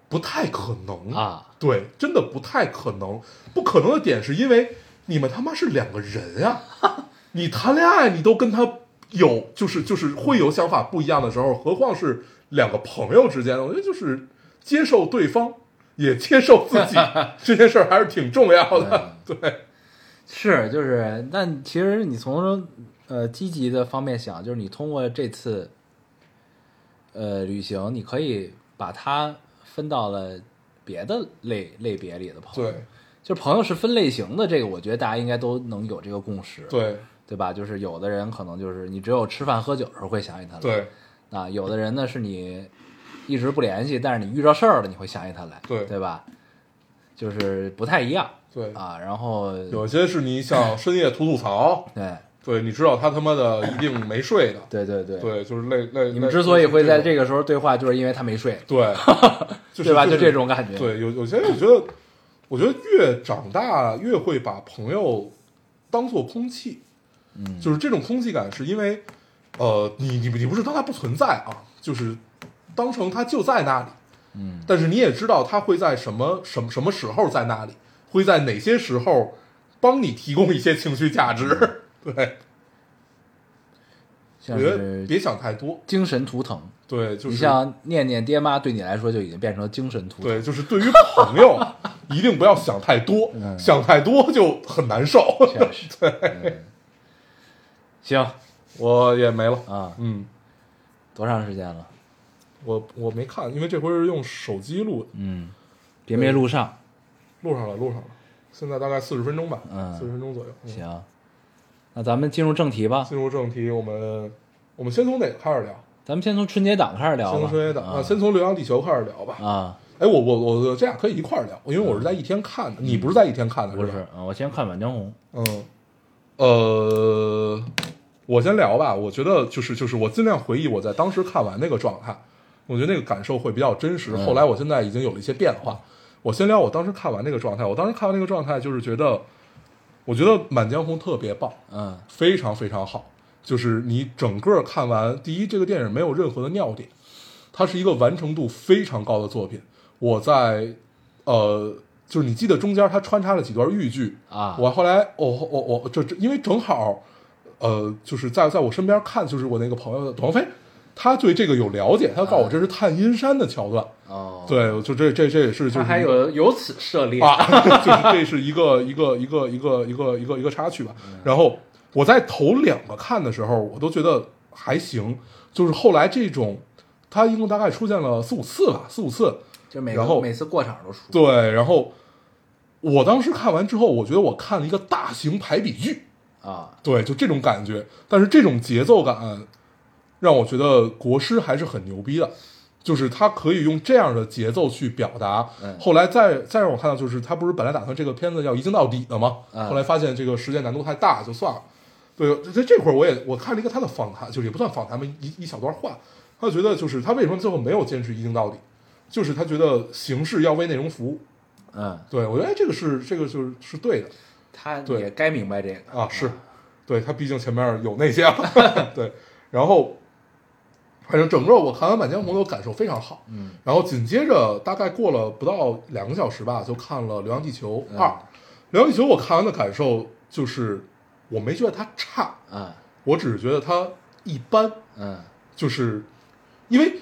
不太可能
啊，
对，真的不太可能。不可能的点是因为你们他妈是两个人啊！你谈恋爱，你都跟他有就是就是会有想法不一样的时候，何况是两个朋友之间？我觉得就是接受对方，也接受自
[LAUGHS]
己这件事儿还是挺重要的。
嗯
对，
是就是，但其实你从呃积极的方面想，就是你通过这次呃旅行，你可以把它分到了别的类类别里的朋
[LAUGHS]
友。
对，
就是朋友是分类型的，这个我觉得大家应该都能有这个共识，
对，
对吧？就是有的人可能就是你只有吃饭喝酒的时候会想起他来，
对，
啊，有的人呢是你一直不联系，但是你遇到事儿了，你会想起他来，
对
对吧？就是不太一样
对。
啊。然后
有些是你想深夜吐吐槽，
对
对，你知道他他妈的一定没睡的，
对对对，
对，就是累累。
你们之所以会在
个。
这个时候对话，就是因为他没睡， [LAUGHS]
对，就是
对吧？
就
就是这种感觉，
对，有有些人我觉得，我觉得越长大越会把朋友当做空气，嗯，就是这种空气感，是因为，呃，你你你不是当它不存在啊，就是当成它就在那里，嗯，但是你也知道它会在什么什么什么时候在那里，会在哪些时候。帮你提供一些情绪价值。对，我
像
觉得
嗯是
别想太多。
精神图腾。
对，就是
你像念念爹妈，对你来说就已经变成了精神图腾。
对，就是对于朋友， [LAUGHS] 一定不要想太多，
嗯
想太多就很难受。
确实。嗯行
我也没了，
啊，
嗯，
多长时间了？
我我没看，因为这回是用手机录的，
嗯，别没录上。
录上了，录上了。现在大概四十分钟吧，
嗯
四十分钟左右。嗯，
行，那咱们进入正题吧。
进入正题，我们我们先从哪个开始聊？
咱们先从春节档开始聊吧。
先从春节档啊，先从《流浪地球》开始聊吧。
啊，
哎，我我我这俩可以一块儿聊，因为我是在一天看
嗯
的，你不是在一天看的，
不
是吧
是，啊我先看《满江红》。
嗯，呃，我先聊吧。我觉得就是就是我尽量回忆我在当时看完那个状态，我觉得那个感受会比较真实。后来
嗯
我现在已经有了一些变化。我先聊我当时看完那个状态。我当时看完那个状态，就是觉得，我觉得《满江红》特别棒，
嗯
非常非常好。就是你整个看完，第一，这个电影没有任何的尿点，它是一个完成度非常高的作品。我在，呃，就是你记得中间它穿插了几段豫剧
啊
我后来哦我我我这这，因为正好，呃，就是在在我身边看，就是我那个朋友董飞，他对这个有了解，他告诉我这是探阴山的桥段。
哦，
对，就这这这也是就
他
是
还
一个
有由此涉猎，
嗯啊， [LAUGHS] 就是这是一个一个一个一个一个一个一个插曲吧。
嗯
然后我在头两个看的时候，我都觉得还行，就是后来这种，它一共大概出现了四五次吧，四五次。
就每
然后
个每次过场都出。
对，然后我当时看完之后，我觉得我看了一个大型排比剧，
啊，
对，就这种感觉。但是这种节奏感让我觉得国师还是很牛逼的，就是他可以用这样的节奏去表达。
嗯
后来再再让我看到，就是他不是本来打算这个片子要一镜到底的吗？
嗯
后来发现这个时间难度太大，就算了。对，在这会儿我也我看了一个他的访谈，就是也不算访谈吧，一一小段话，他觉得就是他为什么最后没有坚持一镜到底，就是他觉得形式要为内容服务。
嗯，
对我觉得哎这个是这个就是是对的。
他
对
也该明白这个。
啊，是，对他毕竟前面有那些
[LAUGHS]
了，对，然后反正整个我看完《满江红》的感受非常好，
嗯，
然后紧接着大概过了不到两个小时吧，就看了《流浪地球
嗯
二》，流浪地球》我看完的感受就是我没觉得它差，
嗯
我只是觉得它一般，
嗯
就是因为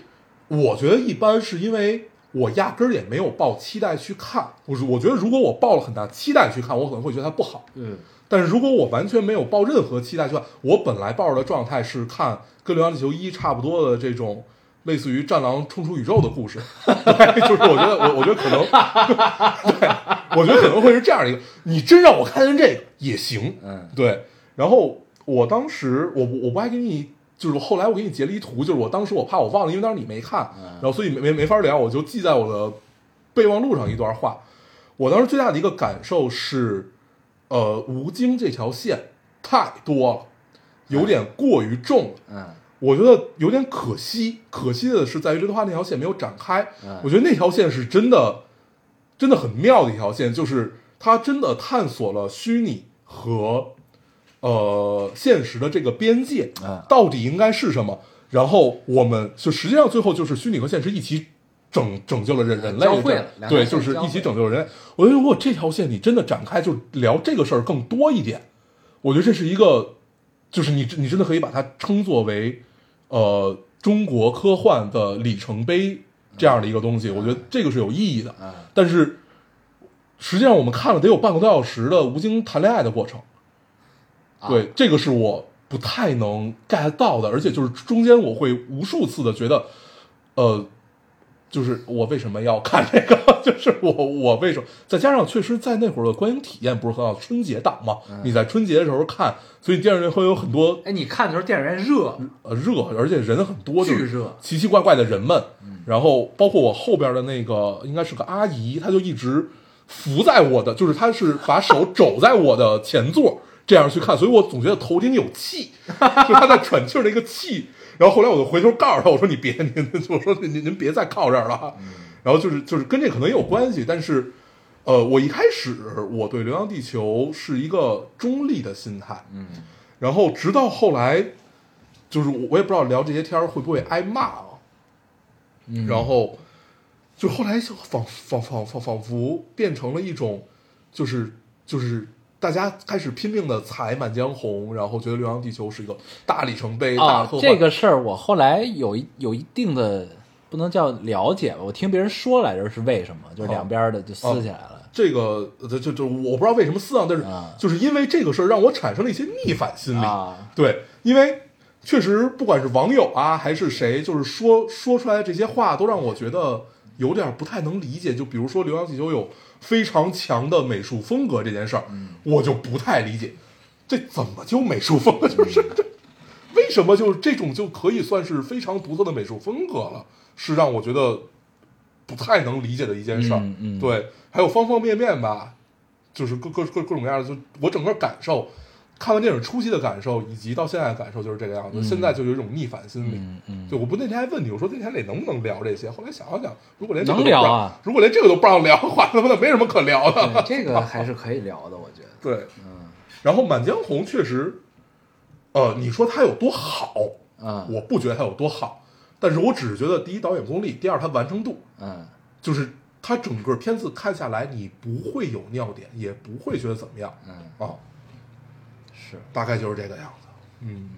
我觉得一般是因为我压根儿也没有抱期待去看，我我觉得如果我抱了很大期待去看，我可能会觉得它不好，
嗯
但是如果我完全没有抱任何期待，就我本来抱着的状态是看跟《流浪地球一》差不多的这种类似于《战狼冲出宇宙》的故事，对，就是我觉得我我觉得可能， [LAUGHS] 对，我觉得可能会是这样一个。你真让我看见这个也行，
嗯
对。然后我当时我我不还给你。就是后来我给你截了一图，就是我当时我怕我忘了，因为当时你没看，然后所以没没没法聊，我就记在我的备忘录上一段话。我当时最大的一个感受是，呃，吴京这条线太多了，有点过于重了。
嗯
我觉得有点可惜，可惜的是在于刘德华那条线没有展开
嗯。
我觉得那条线是真的，真的很妙的一条线，就是他真的探索了虚拟和呃现实的这个边界
嗯，
到底应该是什么。然后我们就实际上最后就是虚拟和现实一起拯拯救了人人类
嗯交
的
汇
这
了两条
对，
线
就是
交
一起
汇
拯救人类。我觉得如果这条线你真的展开，就聊这个事儿更多一点，我觉得这是一个就是你你真的可以把它称作为呃中国科幻的里程碑这样的一个东西，
嗯
我觉得这个是有意义的。但是实际上我们看了得有半个多小时的吴京谈恋爱的过程，对，这个是我不太能 get 到的，而且就是中间我会无数次的觉得，呃。就是我为什么要看这个？ [LAUGHS] 就是我我为什么？再加上确实在那会儿的观影体验不是很好，春节档嘛，你在春节的时候看，所以电影院会有很多
哎，你看的时候电影院热，
呃热，而且人很多，
巨
就是
热嗯
奇奇怪怪的人们。然后包括我后边的那个应该是个阿姨，她就一直扶在我的，就是她是把手肘在我的前座这样去看，所以我总觉得头顶有气，就是她在喘气儿的一个气。然后后来我就回头告诉她，我说你 [LAUGHS] 别您，我说您您别再靠这儿了啊。
嗯
然后就是就是跟这可能也有关系，但是。呃，我一开始我对《流浪地球》是一个中立的心态，嗯，然后直到后来就是我我也不知道聊这些天儿会不会挨骂啊。
嗯
然后就后来就仿仿仿仿仿仿佛变成了一种，就是就是大家开始拼命的踩《满江红》，然后觉得《流浪地球》是一个大里程碑、大
啊
科，幻。
这个事儿我后来有一有一定的不能叫了解吧，我听别人说来着是为什么，就是
哦
两边儿的就撕起来了。
这个这这这，我不知道为什么思想，但是
啊
就是因为这个事儿让我产生了一些逆反心理。
啊
对，因为确实不管是网友啊还是谁，就是说说出来这些话，都让我觉得有点不太能理解。就比如说《流浪地球》有非常强的美术风格这件事儿，
嗯
我就不太理解，这怎么就美术风格 [LAUGHS] 就是这？
嗯
为什么就是这种就可以算是非常独特的美术风格了？是让我觉得不太能理解的一件事儿。
嗯嗯
对，还有方方面面吧，就是各各各各种各样的，就我整个感受，看完电影初期的感受，以及到现在的感受就是这个样子。现在就有一种逆反心理。
嗯嗯，
对，我不那天还问你，我说那天得能不能聊这些？后来想了想，如果连这个
能
都不让
聊啊，
如果连这个都不让聊的话，他妈的没什么可聊的。
对，这个还是可以聊的，我觉得。
对，
嗯
然后《满江红》确实，呃，你说它有多好，
嗯
我不觉得它有多好，但是我只是觉得第一导演功力，第二它完成度，
嗯
就是它整个片子看下来，你不会有尿点，也不会觉得怎么样
嗯，
啊，
是。
大概就是这个样子。嗯，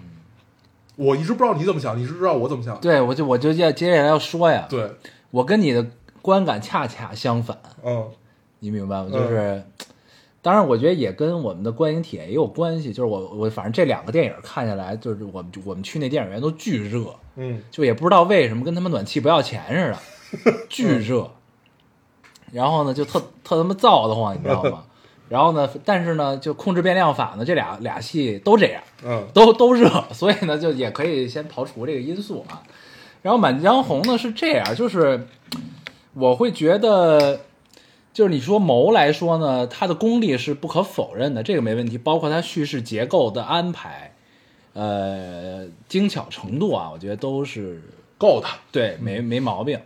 我一直不知道你怎么想，你是知道我怎么想？
对，我就我就要接下来要说呀，
对，
我跟你的观感恰恰相反，
嗯
你明白吗？
嗯
就是，当然，我觉得也跟我们的观影体验也有关系。就是我我反正这两个电影看下来，就是我们我们去那电影院都巨热，
嗯
就也不知道为什么跟他们暖气不要钱似的，巨热。然后呢，就特特他妈燥得慌，你知道吗？然后呢，但是呢，就控制变量法呢，这俩俩戏都这样，
嗯
都都热，所以呢，就也可以先刨除这个因素啊。然后《满江红》呢是这样，就是我会觉得，就是你说谋来说呢，它的功力是不可否认的，这个没问题。包括它叙事结构的安排，呃，精巧程度啊，我觉得都是
够的。
对，
嗯
没没毛病。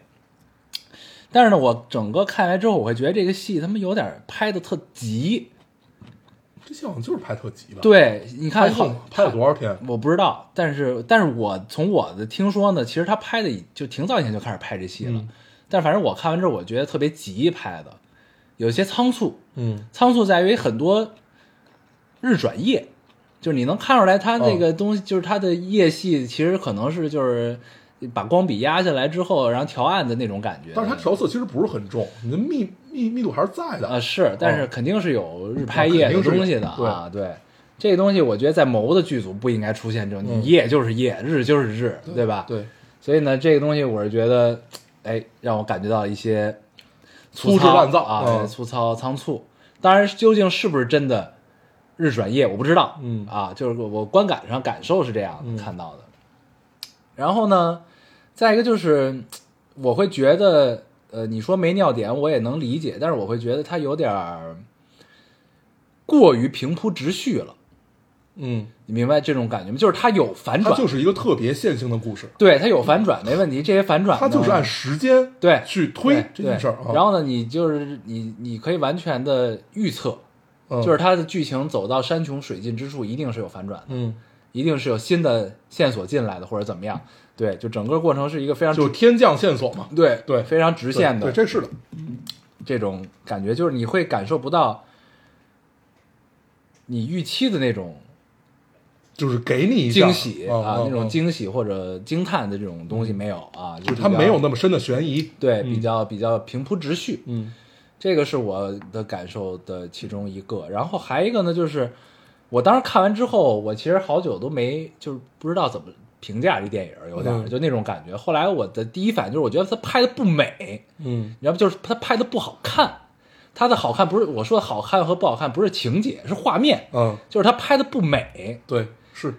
但是呢，我整个看来之后，我会觉得这个戏他妈有点拍的特急。
这戏好像就是拍特急吧？，
对，你
拍
看，
了
好
拍了多少天？
我不知道，但是但是我从我的听说呢，其实他拍的已就挺早以前就开始拍这戏了，
嗯
但反正我看完之后，我觉得特别急拍的，有些仓促，
嗯
仓促在于很多日转夜，就是你能看出来他那
哦
个东西，就是他的夜戏其实可能是就是把光比压下来之后，然后调暗的那种感觉，
但是它调色其实不是很重，你的密密密度还是在的哦
啊，是，但是肯定是有日拍夜
肯
的
定是有
东西的啊，对。这个东西我觉得在谋的剧组不应该出现这种，你
嗯
夜就是夜，日就是日，对吧？
对，
所以呢，这个东西我是觉得，哎，让我感觉到一些粗
粗制
糙
滥造
啊，
嗯
粗糙仓促。当然，究竟是不是真的日转夜，我不知道。
嗯
啊，就是我我观感上感受是这样的、看到的。然后呢，再一个就是，我会觉得，呃，你说没尿点，我也能理解，但是我会觉得它有点儿过于平铺直叙了。
嗯，
你明白这种感觉吗？就是它有反
它
转，
就是一个特别线性的故事，
对它有反转没问题。这些反转
它就是
呢
按时间
啊嗯对
去推
对
这件事儿啊。
对然后呢，你就是你你可以完全的预测，
嗯
就是它的剧情走到山穷水尽之处，一定是有反转的，
嗯，
一定是有新的线索进来的，或者怎么样。对，就整个过程是一个非常
就
直
天降线索嘛，
对
对
非常直线的
对，对这是的，
这种感觉，就是你会感受不到你预期的那种
就是给你一下
惊喜
嗯
啊，
嗯
那种
嗯
惊喜或者惊叹的这种东西没有啊，
就
就是
它
比较
没有那么深的悬疑。
对
嗯
比较比较平铺直叙，
嗯
这个是我的感受的其中一个。然后还一个呢，就是我当时看完之后，我其实好久都没就是不知道怎么评价这电影，有点儿、
嗯
就那种感觉。后来我的第一反应就是，我觉得它拍的不美，
嗯
你知道吗？就是它拍的不好看。它的好看不是我说的好看和不好看，不是情节，是画面，
嗯，
就是它拍的不美。
对，是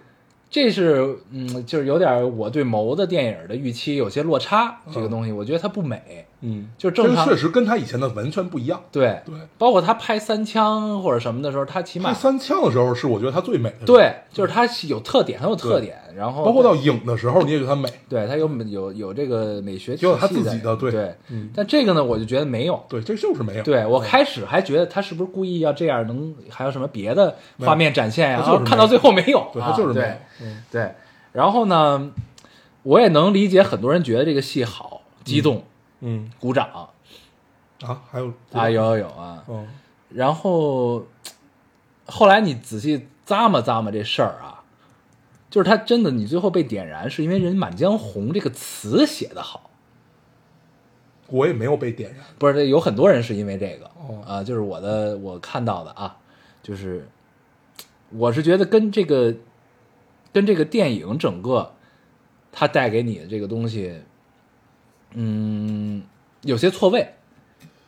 这是嗯，就是有点儿我对谋的电影的预期有些落差。这个东西，我觉得它不美，
啊嗯，
就
这
正
个
常
确实跟他以前的完全不一样。
对
对
包括他拍三枪或者什么的时候，他起
拍
码
三枪的时候是我觉得他最美的，，
对，就是他是有特点，很有特点。然后
包括到影的时候你也觉得他美，
对他有有有这个美学体系
有他自己
在
的对
对
嗯。
但这个呢，我就觉得没有。
对，这就是没有。
对我开始还觉得他是不是故意要这样，能还有什么别的画面展现呀？
没有他就是
然后看到最后没有，
对，
啊
他就是没
对
有。嗯
对。然后呢，我也能理解很多人觉得这个戏好，激动、
嗯
鼓掌
啊，还有
哎啊，有有有啊。
嗯
然后后来你仔细咂摸咂摸这事儿啊，就是他真的，你最后被点燃，是因为人《满江红》这个词写得好，
我也没有被点燃。
不是有很多人是因为这个
哦
啊、就是我的我看到的啊，就是我是觉得跟这个跟这个电影整个它带给你的这个东西，嗯，有些错位，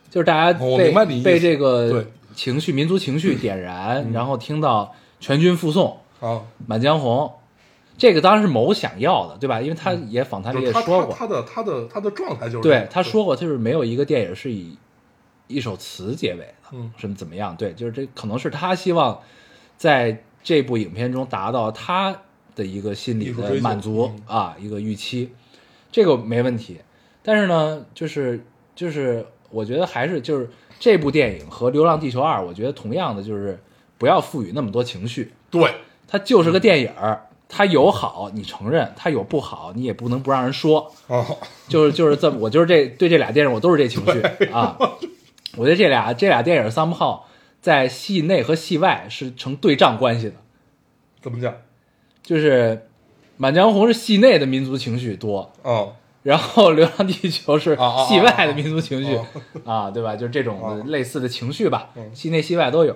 就是大家被、
哦我明白你意思
被这个
对嗯
情绪民族
[CLEARS THROAT]
情绪点燃，然后听到全军覆宋。
啊，
《满江红》，这个当然是某想要的，对吧？因为他也访
嗯
谈
就
里也
是他
说
他
过，
他的他的他的状态就是
对他说过，就是没有一个电影是以一首词结尾的，
嗯
什么怎么样？对，就是这可能是他希望在这部影片中达到他的一个心理
艺术
的
追求嗯
满足啊，一个预期，这个没问题。但是呢，就是就是，我觉得还是就是这部电影和《流浪地球二》，我觉得同样的就是不要赋予那么多情绪，
对
它就
嗯
是个电影儿，它有好你承认，它有不好你也不能不让人说，
啊，
就是就是这么，我就是这对这俩电影我都是这情绪啊，我觉得这俩这俩电影 somehow 在戏内和戏外是成对仗关系的，
怎么讲
就是《满江红》是戏内的民族情绪多，
啊？
然后《流浪地球》是
啊啊啊
戏外的民族情绪
啊
啊，对吧？就是这种的类似的情绪吧，
嗯
戏内戏外都有。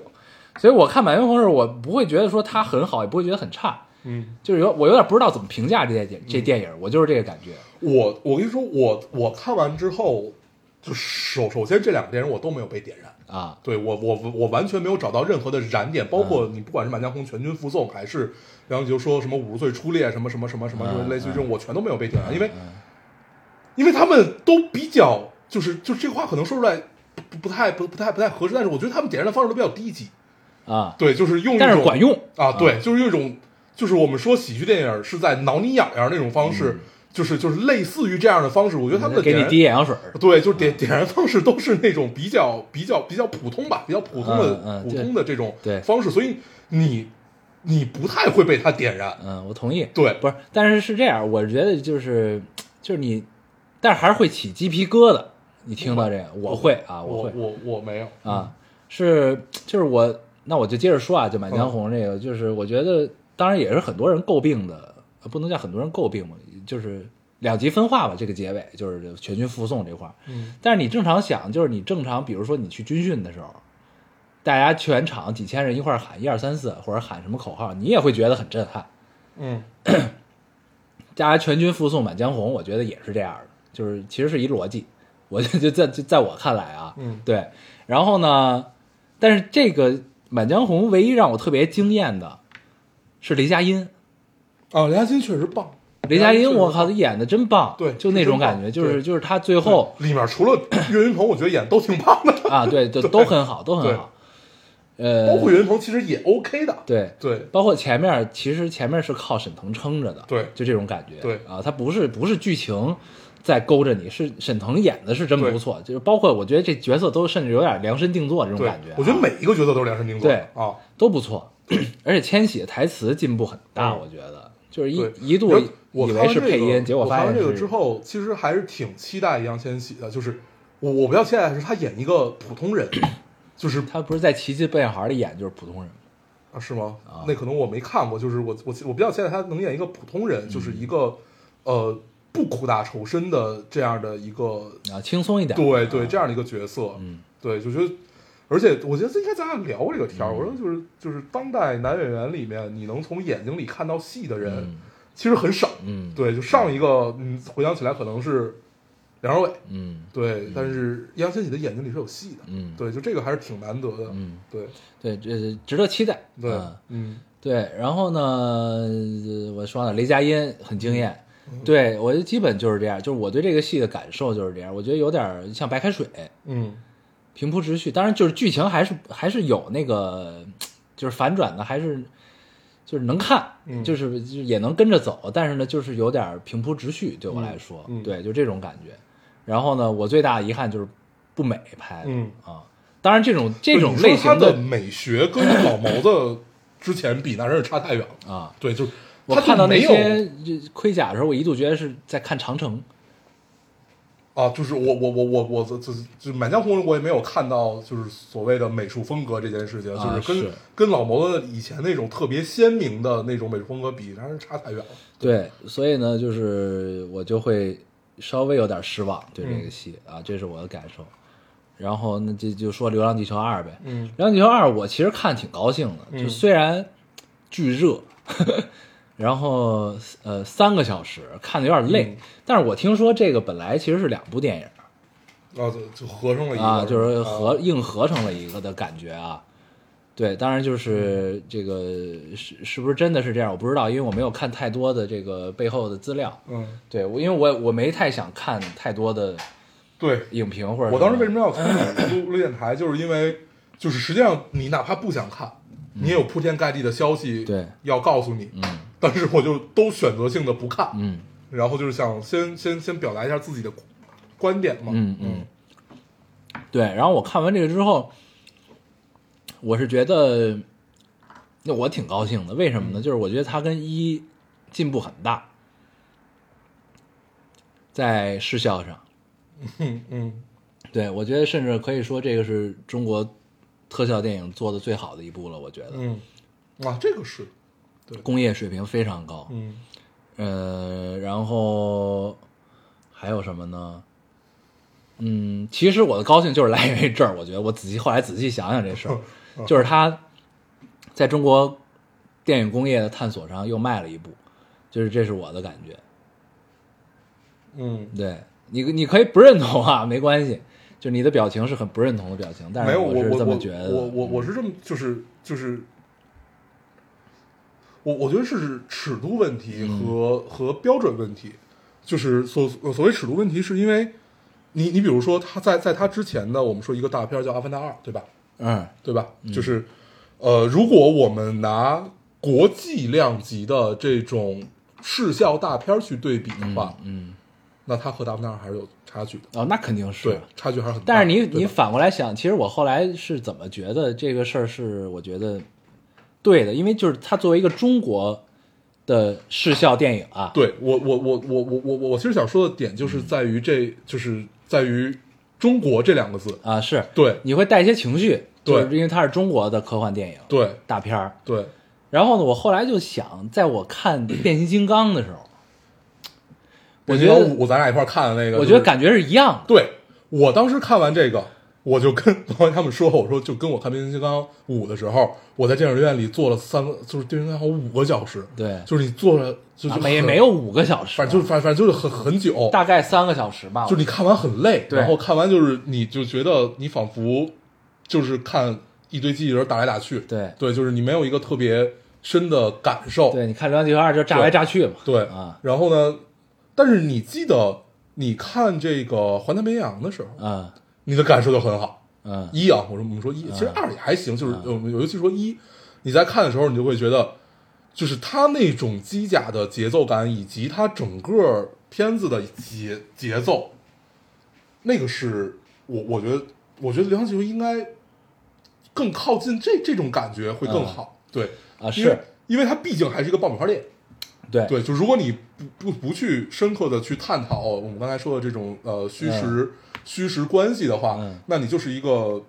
所以我看《满江红》时，我不会觉得说它很好，也不会觉得很差，
嗯，
就是有我有点不知道怎么评价这电这电影，我就是这个感觉。
我我跟你说，我我看完之后，就首首先这两个电影我都没有被点燃。
啊，
对我我我完全没有找到任何的燃点，包
嗯
括你不管是《满江红》全军覆宋，还是然后你就说什么五十岁初恋什么什么什么什么，
嗯
就是类似于这种，我全都没有被点燃，因为因为他们都比较就是就这话可能说出来不不太不不太不太合适，但是我觉得他们点燃的方式都比较低级，
啊，
对，就是用一种
但是管用
啊，对，就是用一种就是我们说喜剧电影是在挠你痒痒那种方式，就是就是类似于这样的方式，我觉得他们的
嗯给
点
你
燃
滴眼药水儿
对，就是点点燃方式都是那种比较比较比较普通吧，比较普通的、
嗯嗯
普
对
通的这种
对
方式，所以你你不太会被它点燃。
嗯，我同意。
对
不是，但是是这样，我觉得就是就是你，但是还是会起鸡皮疙瘩。你听到这个，我会啊，
我
会
我我没有，
啊，是就是我，那我就接着说啊，就《满江红》这个，就是我觉得，当然也是很多人诟病的，呃不能叫很多人诟病吧，就是两极分化吧。这个结尾就是全军覆宋这块儿，
嗯
但是你正常想，就是你正常，比如说你去军训的时候，大家全场几千人一块儿喊一二三四，或者喊什么口号，你也会觉得很震撼。
嗯
大家全军覆宋《满江红》，我觉得也是这样的，就是其实是一逻辑。我就就在就在我看来啊，
嗯
对。然后呢，但是这个《满江红》唯一让我特别惊艳的是雷佳音，
啊，梁嘉欣确实棒，
雷佳
确
音，
实
我靠，他演的真棒，
对
就那种
真棒
感觉，就是
对
就是他最后
里面除了岳云鹏，我觉得演都挺棒的，
啊，对，都都很好，都很
[LAUGHS] 对
好。呃，
包括岳云鹏其实也 OK 的。
对
对
包括前面其实前面是靠沈腾撑着的，
对
就这种感觉，
对
啊，他不是不是剧情在勾着你，是沈腾演的是真
对
不错，就是包括我觉得这角色都甚至有点量身定做这种
对
感觉啊，
我觉得每一个角色都是量身定做的。
对
啊，
都不错，而且千玺的台词进步很大，我觉得就是一
嗯对
一度
然后我
以
看
为
完
是
这
配音，
个
结果
我
发
看
现
完这个
是
之后，其实还是挺期待易烊千玺的，就是我我比较期待的是他演一个普通人，就是
他不是在《奇迹笨小孩》里演就是普通人，
啊，是吗？
啊
那可能我没看过，就是我我我比较期待他能演一个普通人，
嗯
就是一个呃不苦大仇深的这样的一个，
啊，轻松一点，
对对，
啊
这样的一个角色，
嗯，
对，就觉得，而且我觉得应该咱俩聊过这个天儿，我说就是就是当代男演员里面，你能从眼睛里看到戏的人、
嗯
其实很少，
嗯，
对，就上一个嗯回想起来可能是梁朝伟，
嗯
对，但是易烊千玺的眼睛里是有戏的，
嗯
对，就这个还是挺难得的，
嗯，
对
对，这值得期待，
对
嗯，
嗯
对，然后呢，呃我说了，雷佳音很惊艳，
嗯
对我就基本就是这样，就是我对这个戏的感受就是这样，我觉得有点儿像白开水，
嗯
平铺直叙，当然就是剧情还是还是有那个就是反转的，还是就是能看，
嗯
就是就是也能跟着走，但是呢，就是有点儿平铺直叙，对我来说，
嗯嗯
对，就这种感觉。然后呢，我最大的遗憾就是不美拍的、
嗯
啊，当然这种这种
你说
类
他
型
的美学跟老毛的之前比，那真是差太远了。
啊，
对，就是
我
他就
看到那
没有
些这盔甲的时候，我一度觉得是在看长城
啊，就是我我我我我这这《满江红》我也没有看到，就是所谓的美术风格这件事情，
啊
就是跟
是
跟老毛的以前那种特别鲜明的那种美术风格比，还是差太远了。
对，所以呢，就是我就会稍微有点失望对这个戏、啊，这是我的感受。然后那这就说《流浪地球二》呗，
嗯
流浪地球二》我其实看挺高兴的，
嗯
就虽然巨热， [LAUGHS] 然后呃三个小时看的有点
嗯
累，但是我听说这个本来其实是两部电影
啊，就就合成了一个
啊，就是合、
啊
硬合成了一个的感觉啊。对，当然就是这个是是不是真的是这样，我不知道，因为我没有看太多的这个背后的资料。
嗯，
对，我因为我我没太想看太多的
对，
影评或者
我当时为什
么
么要开录录电台，就是因为就是实际上你哪怕不想看，你也有铺天盖地的消息
对
要告诉你，
嗯
但是我就都选择性的不看，
嗯
然后就是想先先先表达一下自己的观点嘛，
嗯嗯，对，然后我看完这个之后，我是觉得那我挺高兴的，为什么
嗯
呢？就是我觉得它跟一进步很大，在视效上，
嗯嗯
对我觉得甚至可以说这个是中国特效电影做的最好的一部了，我觉得
嗯，啊，这个是，
工业水平非常高，
嗯
呃，然后还有什么呢？嗯，其实我的高兴就是来源于这儿。我觉得我仔细后来仔细想想
[LAUGHS]
这事儿，就是他在中国电影工业的探索上又迈了一步，就是这是我的感觉。
嗯，
对你，你可以不认同啊，没关系，就你的表情是很不认同的表情，但
没
是
有我
是
我
这么
我
觉得的。嗯
我我我是这么就是就是。我我觉得是尺度问题
嗯
和、和标准问题，就是所所谓尺度问题，是因为你你比如说他在在他之前的我们说一个大片儿叫《阿凡达二》，对吧？
嗯
对吧？就是呃，如果我们拿国际量级的这种视效大片儿去对比的话，
嗯，
那它和《大凡达二》还是有差距的，
哦，那肯定是
对，差距还是很大。
但是你
啊对
你
吧
反过来想，其实我后来是怎么觉得这个事儿是我觉得对的，因为就是它作为一个中国的视效电影啊，
对我我我我我我我其实想说的点
嗯
就是在于这就是在于中国这两个字，
啊是，
对
你会带一些情绪，
对
就是因为它是中国的科幻电影
对
大片儿。
对，
然后呢，我后来就想，在我看变形金刚的时
[CLEARS THROAT]
候，
变形
我觉
金刚
得
五咱俩一块儿看的那个，
我
就
觉得
是
感觉是一样的，
对我当时看完这个，我就跟 [LAUGHS] 朋友他们说，我说就跟我看《变形金刚五》的时候，我在电影院里坐了三个，就是《变形金刚五》五个小时，
对
就是你坐着就就
啊
很、
没也没有，五个小时，
反正就是反反正就是很很久，
大概三个小时吧，
就是你看完很累，
对
然后看完就是你就觉得你仿佛就是看一堆机器人打来打去，
对
对，就是你没有一个特别深的感受，
对，你看《流浪地球二》就炸来炸去嘛，
对
啊，
然后呢，但是你记得你看这个《环太平洋》的时候，
嗯
你的感受就很好。
嗯，
一啊，我说我们说一，其实二也还行，就是我们尤其说一，你在看的时候，你就会觉得，就是它那种机甲的节奏感，以及它整个片子的节节奏，那个是我我觉得，我觉得《流浪地球》应该更靠近这这种感觉会更好，对
嗯
因
啊
为
是
因为它毕竟还是一个爆米花店，
对
对，就如果你不不不去深刻的去探讨哦我们刚才说的这种呃虚实、虚实关系的话，
嗯
那你就是一个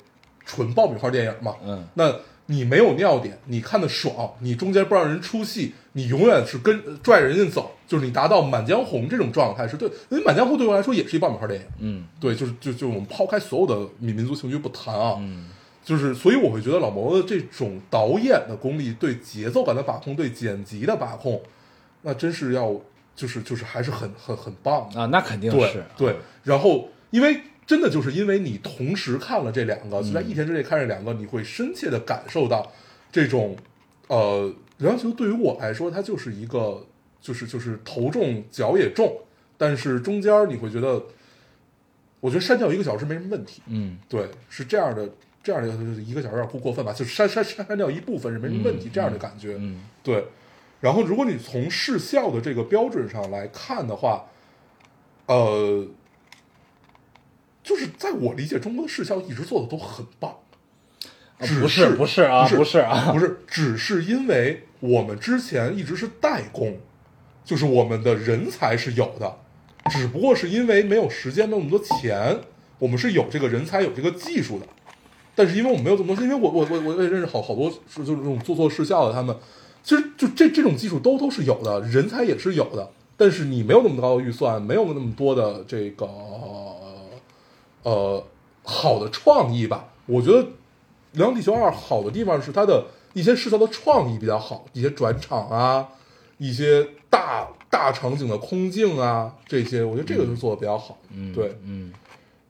纯爆米花电影嘛。
嗯
那你没有尿点，你看的爽，你中间不让人出戏，你永远是跟呃拽着人家走，就是你达到《满江红》这种状态是对，因为《满江红》对我来说也是一爆米花电影。
嗯。
对，就是就就我们抛开所有的民民族情绪不谈啊，
嗯
就是所以我会觉得老毛的这种导演的功力、对节奏感的把控、对剪辑的把控，那真是要就是就是还是很很很棒的。
啊，那肯定
对
是嗯
对，然后因为真的就是因为你同时看了这两个，
嗯
就在一天之内看这两个，你会深切的感受到这种呃，流浪球对于我来说，它就是一个就是就是头重脚也重，但是中间你会觉得，我觉得删掉一个小时没什么问题，
嗯，
对，是这样的。这样的一个小时有点过过分吧，就删删删删掉一部分是没什么问题，这样的感觉，
嗯，
对。然后，如果你从视效的这个标准上来看的话，呃，就是在我理解，中国的视效一直做的都很棒，
啊
只
不是不是啊，
不
不是啊，
不是，只是因为我们之前一直是代工，就是我们的人才是有的，只不过是因为没有时间，没有那么多钱，我们是有这个人才，有这个技术的，但是因为我们没有这么多，钱，因为我我我我也认识好好多是就是这种做错事项的他们，其实就这这种技术都都是有的，人才也是有的，但是你没有那么高的预算，没有那么多的这个呃好的创意吧，我觉得《流浪地球二》好的地方是它的一些视效的创意比较好，一些转场啊，一些大大场景的空镜啊，这些我觉得这个是做的比较好。嗯，对，
嗯，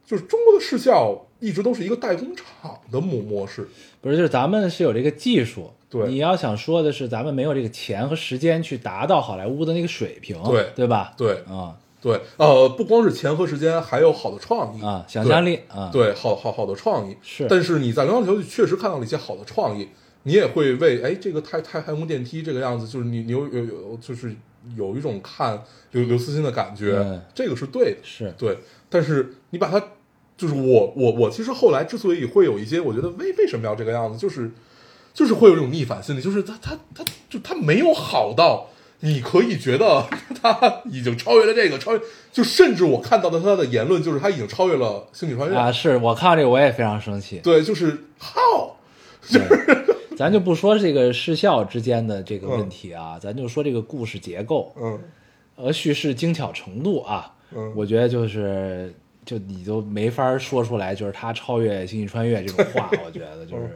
就是中国的视效一直都是一个代工厂的模模式，
不是，就是咱们是有这个技术，
对
你要想说的是，咱们没有这个钱和时间去达到好莱坞的那个水平，
对
对吧？
对
啊
对，呃，不光是钱和时间，还有好的创意
啊，想象
对
力啊，，
对，好好好的创意
是
但是你在《流浪地球》里确实看到了一些好的创意，你也会为哎这个太太太空电梯这个样子，就是你你有有有就是有一种看刘刘慈欣的感觉，
嗯
这个是对的，
是
对。但是你把它，就是我我我其实后来之所以会有一些，我觉得为为什么要这个样子，就是就是会有这种逆反心理，就是他他他就他没有好到你可以觉得他已经超越了这个，超越就甚至我看到的他的言论就是他已经超越了《星际穿越》
啊，是我看到这个我也非常生气，
对，就是 how
咱就不说这个视效之间的这个问题啊，咱就说这个故事结构
嗯
和叙事精巧程度啊，
嗯
我觉得就是就你都没法说出来，就是他超越《星际穿越》这种话，
[LAUGHS]
我觉得就是。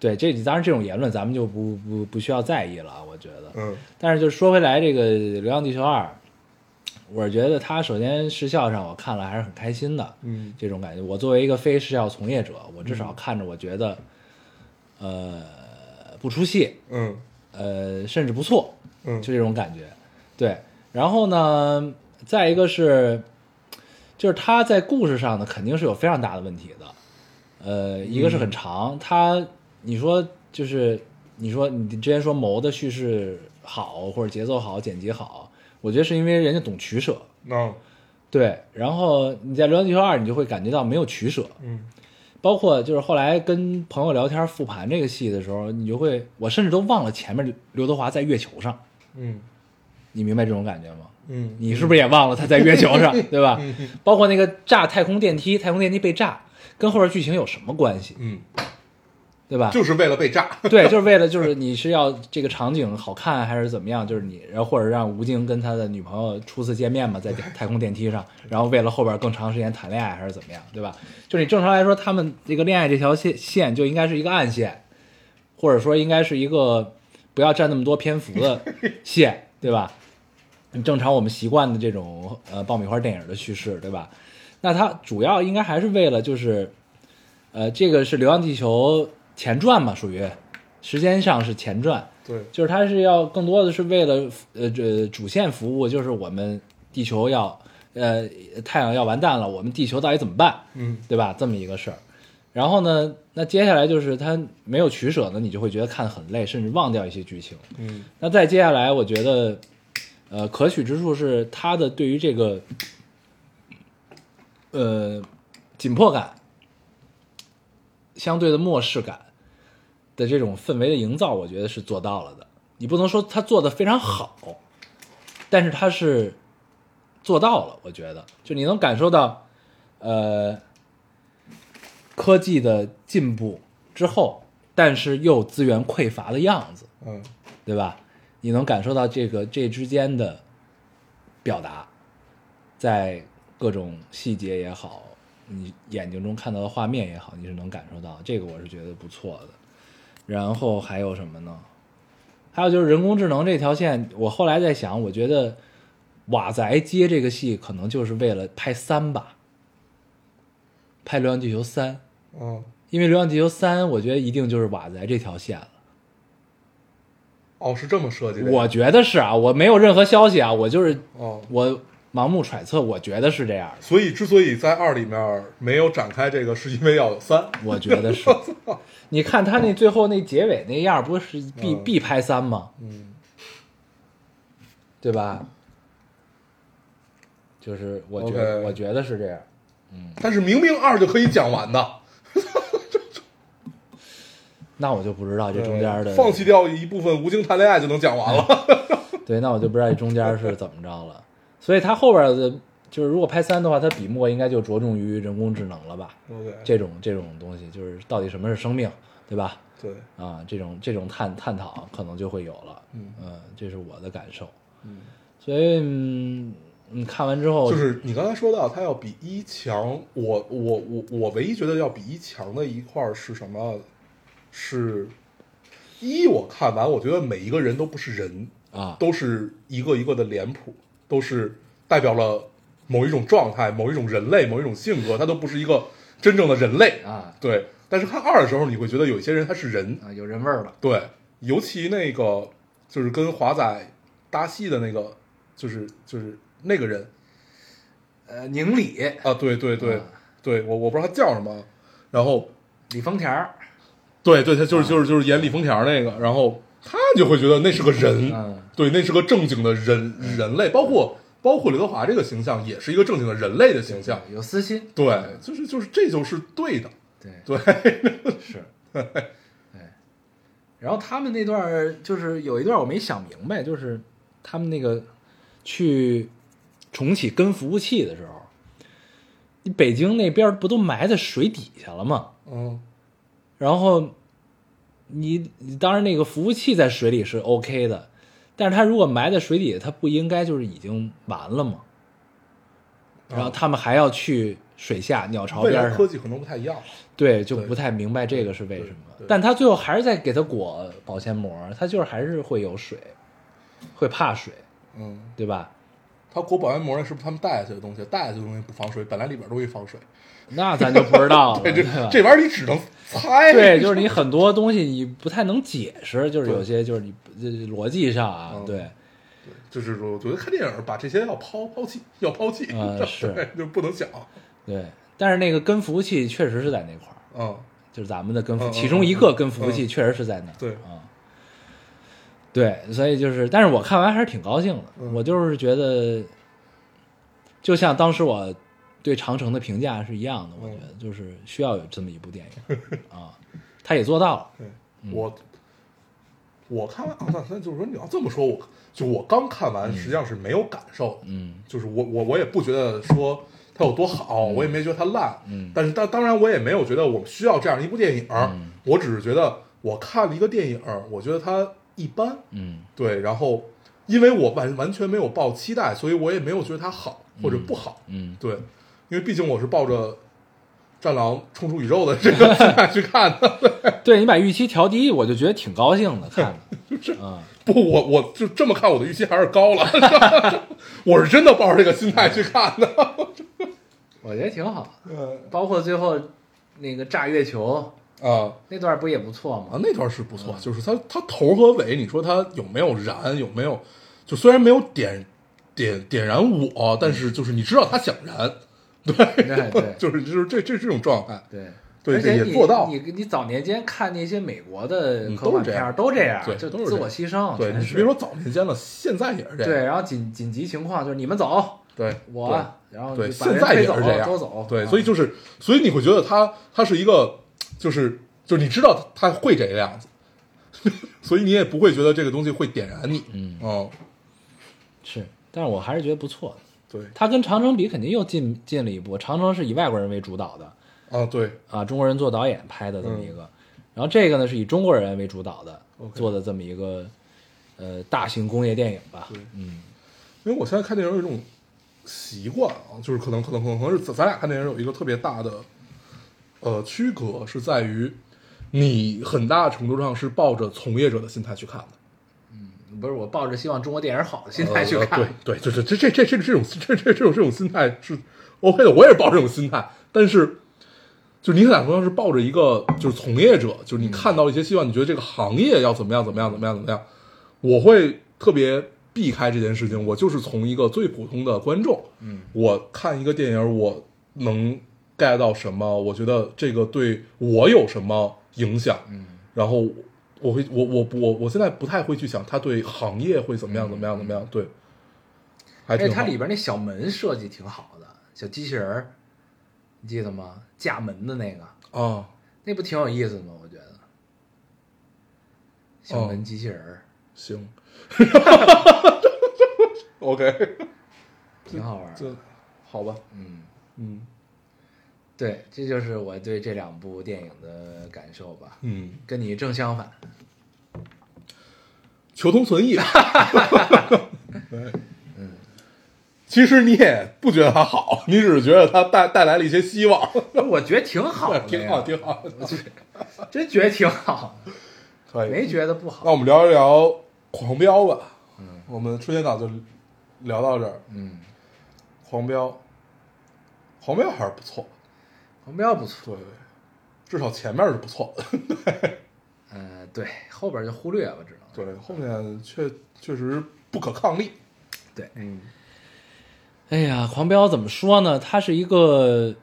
对，这当然这种言论咱们就不不不需要在意了啊，我觉得。
嗯
但是就说回来，这个《流浪地球二》，我觉得它首先视效上我看了还是很开心的，
嗯
这种感觉。我作为一个非视效从业者，我至少看着我觉得，呃，不出戏，
嗯
呃，甚至不错，
嗯
就这种感觉。对，然后呢，再一个是，就是它在故事上呢，肯定是有非常大的问题的。呃，一个是很长，它你说就是你说你之前说谋的叙事好或者节奏好、剪辑好，我觉得是因为人家懂取舍。
那
对，然后你在《流浪地球二》，你就会感觉到没有取舍。
嗯
包括就是后来跟朋友聊天复盘这个戏的时候，你就会，我甚至都忘了前面刘德华在月球上，
嗯
你明白这种感觉吗？
嗯
你是不是也忘了他在月球上，对吧？包括那个炸太空电梯，太空电梯被炸，跟后边剧情有什么关系，
嗯，
对吧？
就是为了被炸，
对，就是为了就是你是要这个场景好看还是怎么样？就是你，然后或者让吴京跟他的女朋友初次见面嘛，在太空电梯上，然后为了后边更长时间谈恋爱还是怎么样，对吧？就是你正常来说，他们这个恋爱这条线线就应该是一个暗线，或者说应该是一个不要占那么多篇幅的线，对吧？你正常我们习惯的这种呃爆米花电影的叙事，对吧？那它主要应该还是为了就是，呃，这个是《流浪地球》前传嘛，属于时间上是前传，
对，
就是它是要更多的是为了呃这主线服务，就是我们地球要呃太阳要完蛋了，我们地球到底怎么办？
嗯
对吧？这么一个事儿。然后呢，那接下来就是它没有取舍呢，你就会觉得看得很累，甚至忘掉一些剧情。
嗯
那再接下来，我觉得，呃，可取之处是它的对于这个，呃，紧迫感，相对的漠视感的这种氛围的营造，我觉得是做到了的。你不能说它做的非常好，但是它是做到了，我觉得，就你能感受到，呃，科技的进步之后，但是又资源匮乏的样子。
嗯
对吧？你能感受到这个这之间的表达，在各种细节也好，你眼睛中看到的画面也好，你是能感受到，这个我是觉得不错的。然后还有什么呢？还有就是人工智能这条线，我后来在想，我觉得瓦宅接这个戏可能就是为了拍三吧，拍《流浪地球三》，
嗯，
因为《流浪地球三》我觉得一定就是瓦宅这条线了。
哦，是这么设计的，
我觉得是啊，我没有任何消息啊，我就是
哦，
我盲目揣测，我觉得是这样的，
所以之所以在二里面没有展开这个，是因为要有三，
我觉得
[LAUGHS]
是。你看他那最后那结尾那样儿，不是必
嗯
必拍三吗？
嗯
对吧？就是我觉
OK
我觉得是这样。
但是明明二就可以讲完的，
那我就不知道这中间的
放弃掉一部分吴京谈恋爱就能讲完了，
对，那我就不知道这中间是怎么着了。所以他后边的就是如果拍三的话，它笔墨应该就着重于人工智能了吧？
嗯 OK，
这种这种东西，就是到底什么是生命，对吧？
对，
啊，这种这种探探讨可能就会有了。
嗯
呃这是我的感受。
嗯，
所以嗯，你看完之后，
就是哦你刚才说到它要比一强，我我我我唯一觉得要比一强的一块儿是什么？是一我看完，我觉得每一个人都不是人，
啊，
都是一个一个的脸谱，都是代表了某一种状态、某一种人类、某一种性格，它都不是一个真正的人类。
啊
对，但是看二的时候，你会觉得有一些人他是人，
啊，有人味儿了，
对，尤其那个就是跟华仔搭戏的那个，就是就是那个人
呃，宁理、
啊，对对对、
嗯
啊
对，我我不知道他叫什么，然后
李丰田儿，
对对，他就是就是就是演李丰田那个，然后他就会觉得那是个人，
嗯
对，那是个正经的人
嗯
人类，包括包括刘德华这个形象也是一个正经的人类的形象，
有私心，
对，就是就是这就是对的，
对
对，
是，对。然后他们那段儿就是有一段我没想明白，就是他们那个
去重启根服务器的时候，你北京那边不都埋在水底下了吗？
嗯，
然后你你当然那个服务器在水里是 OK 的，但是它如果埋在水底，它不应该就是已经完了吗？然后他们还要去水下鸟巢
未
边
啊来科
上，
技可能不太一样，
对，就
对
不太明白这个是为什么
对对。
但他最后还是在给它裹保鲜膜，它就是还是会有水，会怕水，
嗯，
对吧？
他裹保鲜膜那是不是他们带下去的东西？带下去的东西不防水，本来里边东西防水，
那咱就不知道了，
[LAUGHS] 对，
对
这
吧？
这玩意儿你只能猜，
对，就是你很多东西你不太能解释，就是
对
有些就是你这逻辑上啊
嗯，
对，
就是我觉得看电影把这些要抛抛弃，要抛弃，
啊是
[LAUGHS] 对就不能想，
对，但是那个跟服务器确实是在那块儿，
嗯，
就是咱们的跟服，
嗯嗯
其中一个跟服务器
嗯
确实是在那儿。
对
啊，对，所以就是，但是我看完还是挺高兴的。
嗯
我就是觉得，就像当时我对长城的评价是一样的，我
嗯
觉得就是需要有这么一部电影啊，他也做到了。
对，我我看完啊，那那就是说你要这么说，我就我刚看完，实际上是没有感受的，
嗯
就是我我我也不觉得说它有多好，我也没觉得它烂，
嗯
但是当当然我也没有觉得我需要这样一部电影，
嗯
我只是觉得我看了一个电影，我觉得它一般，
嗯
对，然后因为我完完全没有抱期待，所以我也没有觉得它好或者不好，
嗯，
对，因为毕竟我是抱着。战狼冲出宇宙的这个姿态去看的， [LAUGHS]
对你把预期调低，我就觉得挺高兴的，看
[LAUGHS]
着啊，
不，我我就这么看，我的预期还是高了。 [LAUGHS] 我是真的抱着这个心态去看的。 [LAUGHS]
我觉得挺好，
嗯
包括最后那个炸月球
啊
那段儿不也不错吗？
啊，那段是不错，就是他他头和尾，你说他有没有燃，有没有？就虽然没有点点点燃我，但是就是你知道他想燃，
对对
[LAUGHS] 就是就是这这这种状态，
对。
对
而且
也
你
做到
你你早年间看那些美国的
嗯
科幻
都这
片
样
儿都这样，
对
就
都是
自
这样
我牺牲，
对，
全
你
是
别说早年间了，现在也是这
对，
样，
然后紧紧急情况就是你们走，
对
我
对
然后
对，
就把
现
人
在
推
也
走
是这样，
都走，
对，
啊
所以就是，所以你会觉得他他是一个，就是就是你知道他会这个样子， [LAUGHS] 所以你也不会觉得这个东西会点燃你。
嗯
哦，
是，但是我还是觉得不错的。
对，
它跟长城比，肯定又进进了一步。长城是以外国人为主导的
啊对，
啊，中国人做导演拍的这么一个，
嗯
然后这个呢是以中国人为主导的
OK
做的这么一个呃大型工业电影吧。
对
嗯
因为我现在看电影有一种习惯啊，就是可能可能可能可能是咱咱俩看电影有一个特别大的呃区隔是在于，你很大程度上是抱着从业者的心态去看的。
不是我抱着希望中国电影好的心态去看，
呃对对，就是这这这这这种这这这种这种心态是 OK 的，我也是抱这种心态，但是就是你很大程度上是抱着一个就是从业者，就是你
嗯
看到一些希望，你觉得这个行业要怎么样怎么样怎么样怎么样，我会特别避开这件事情。我就是从一个最普通的观众，嗯，我看一个电影，我能 get 到什么？我觉得这个对我有什么影响？嗯，然后我会，我我我我现在不太会去想它对行业会怎么样怎么样怎么样。对，还
而且
挺
它
好
哎里边那小门设计挺好的，小机器人儿，你记得吗？架门的那个，
啊，
那不挺有意思吗？我觉得，
哦
小门机器人儿、
行，OK，
挺好玩儿的，
就
好吧，
嗯，
嗯
对，这就是我对这两部电影的感受吧，
嗯，
跟你正相反。
求同存异。 [LAUGHS] 嗯，
嗯
其实你也不觉得它好，你只是觉得它带带来了一些希望，
我觉得挺好的，
[LAUGHS] 挺好，，挺好。
[LAUGHS] 真觉得挺好，
可以，
没觉得不
那
好。
我们聊一聊《狂飙》吧。嗯，我们春节档就聊到这儿，《
嗯，
狂飙》，《狂飙》还是不错，
狂飙不错，
对，至少前面是不错的。
呃，对，后边就忽略了，只能
对，后面确确实不可抗力。
对
嗯，
哎呀，狂飙怎么说呢？它是一个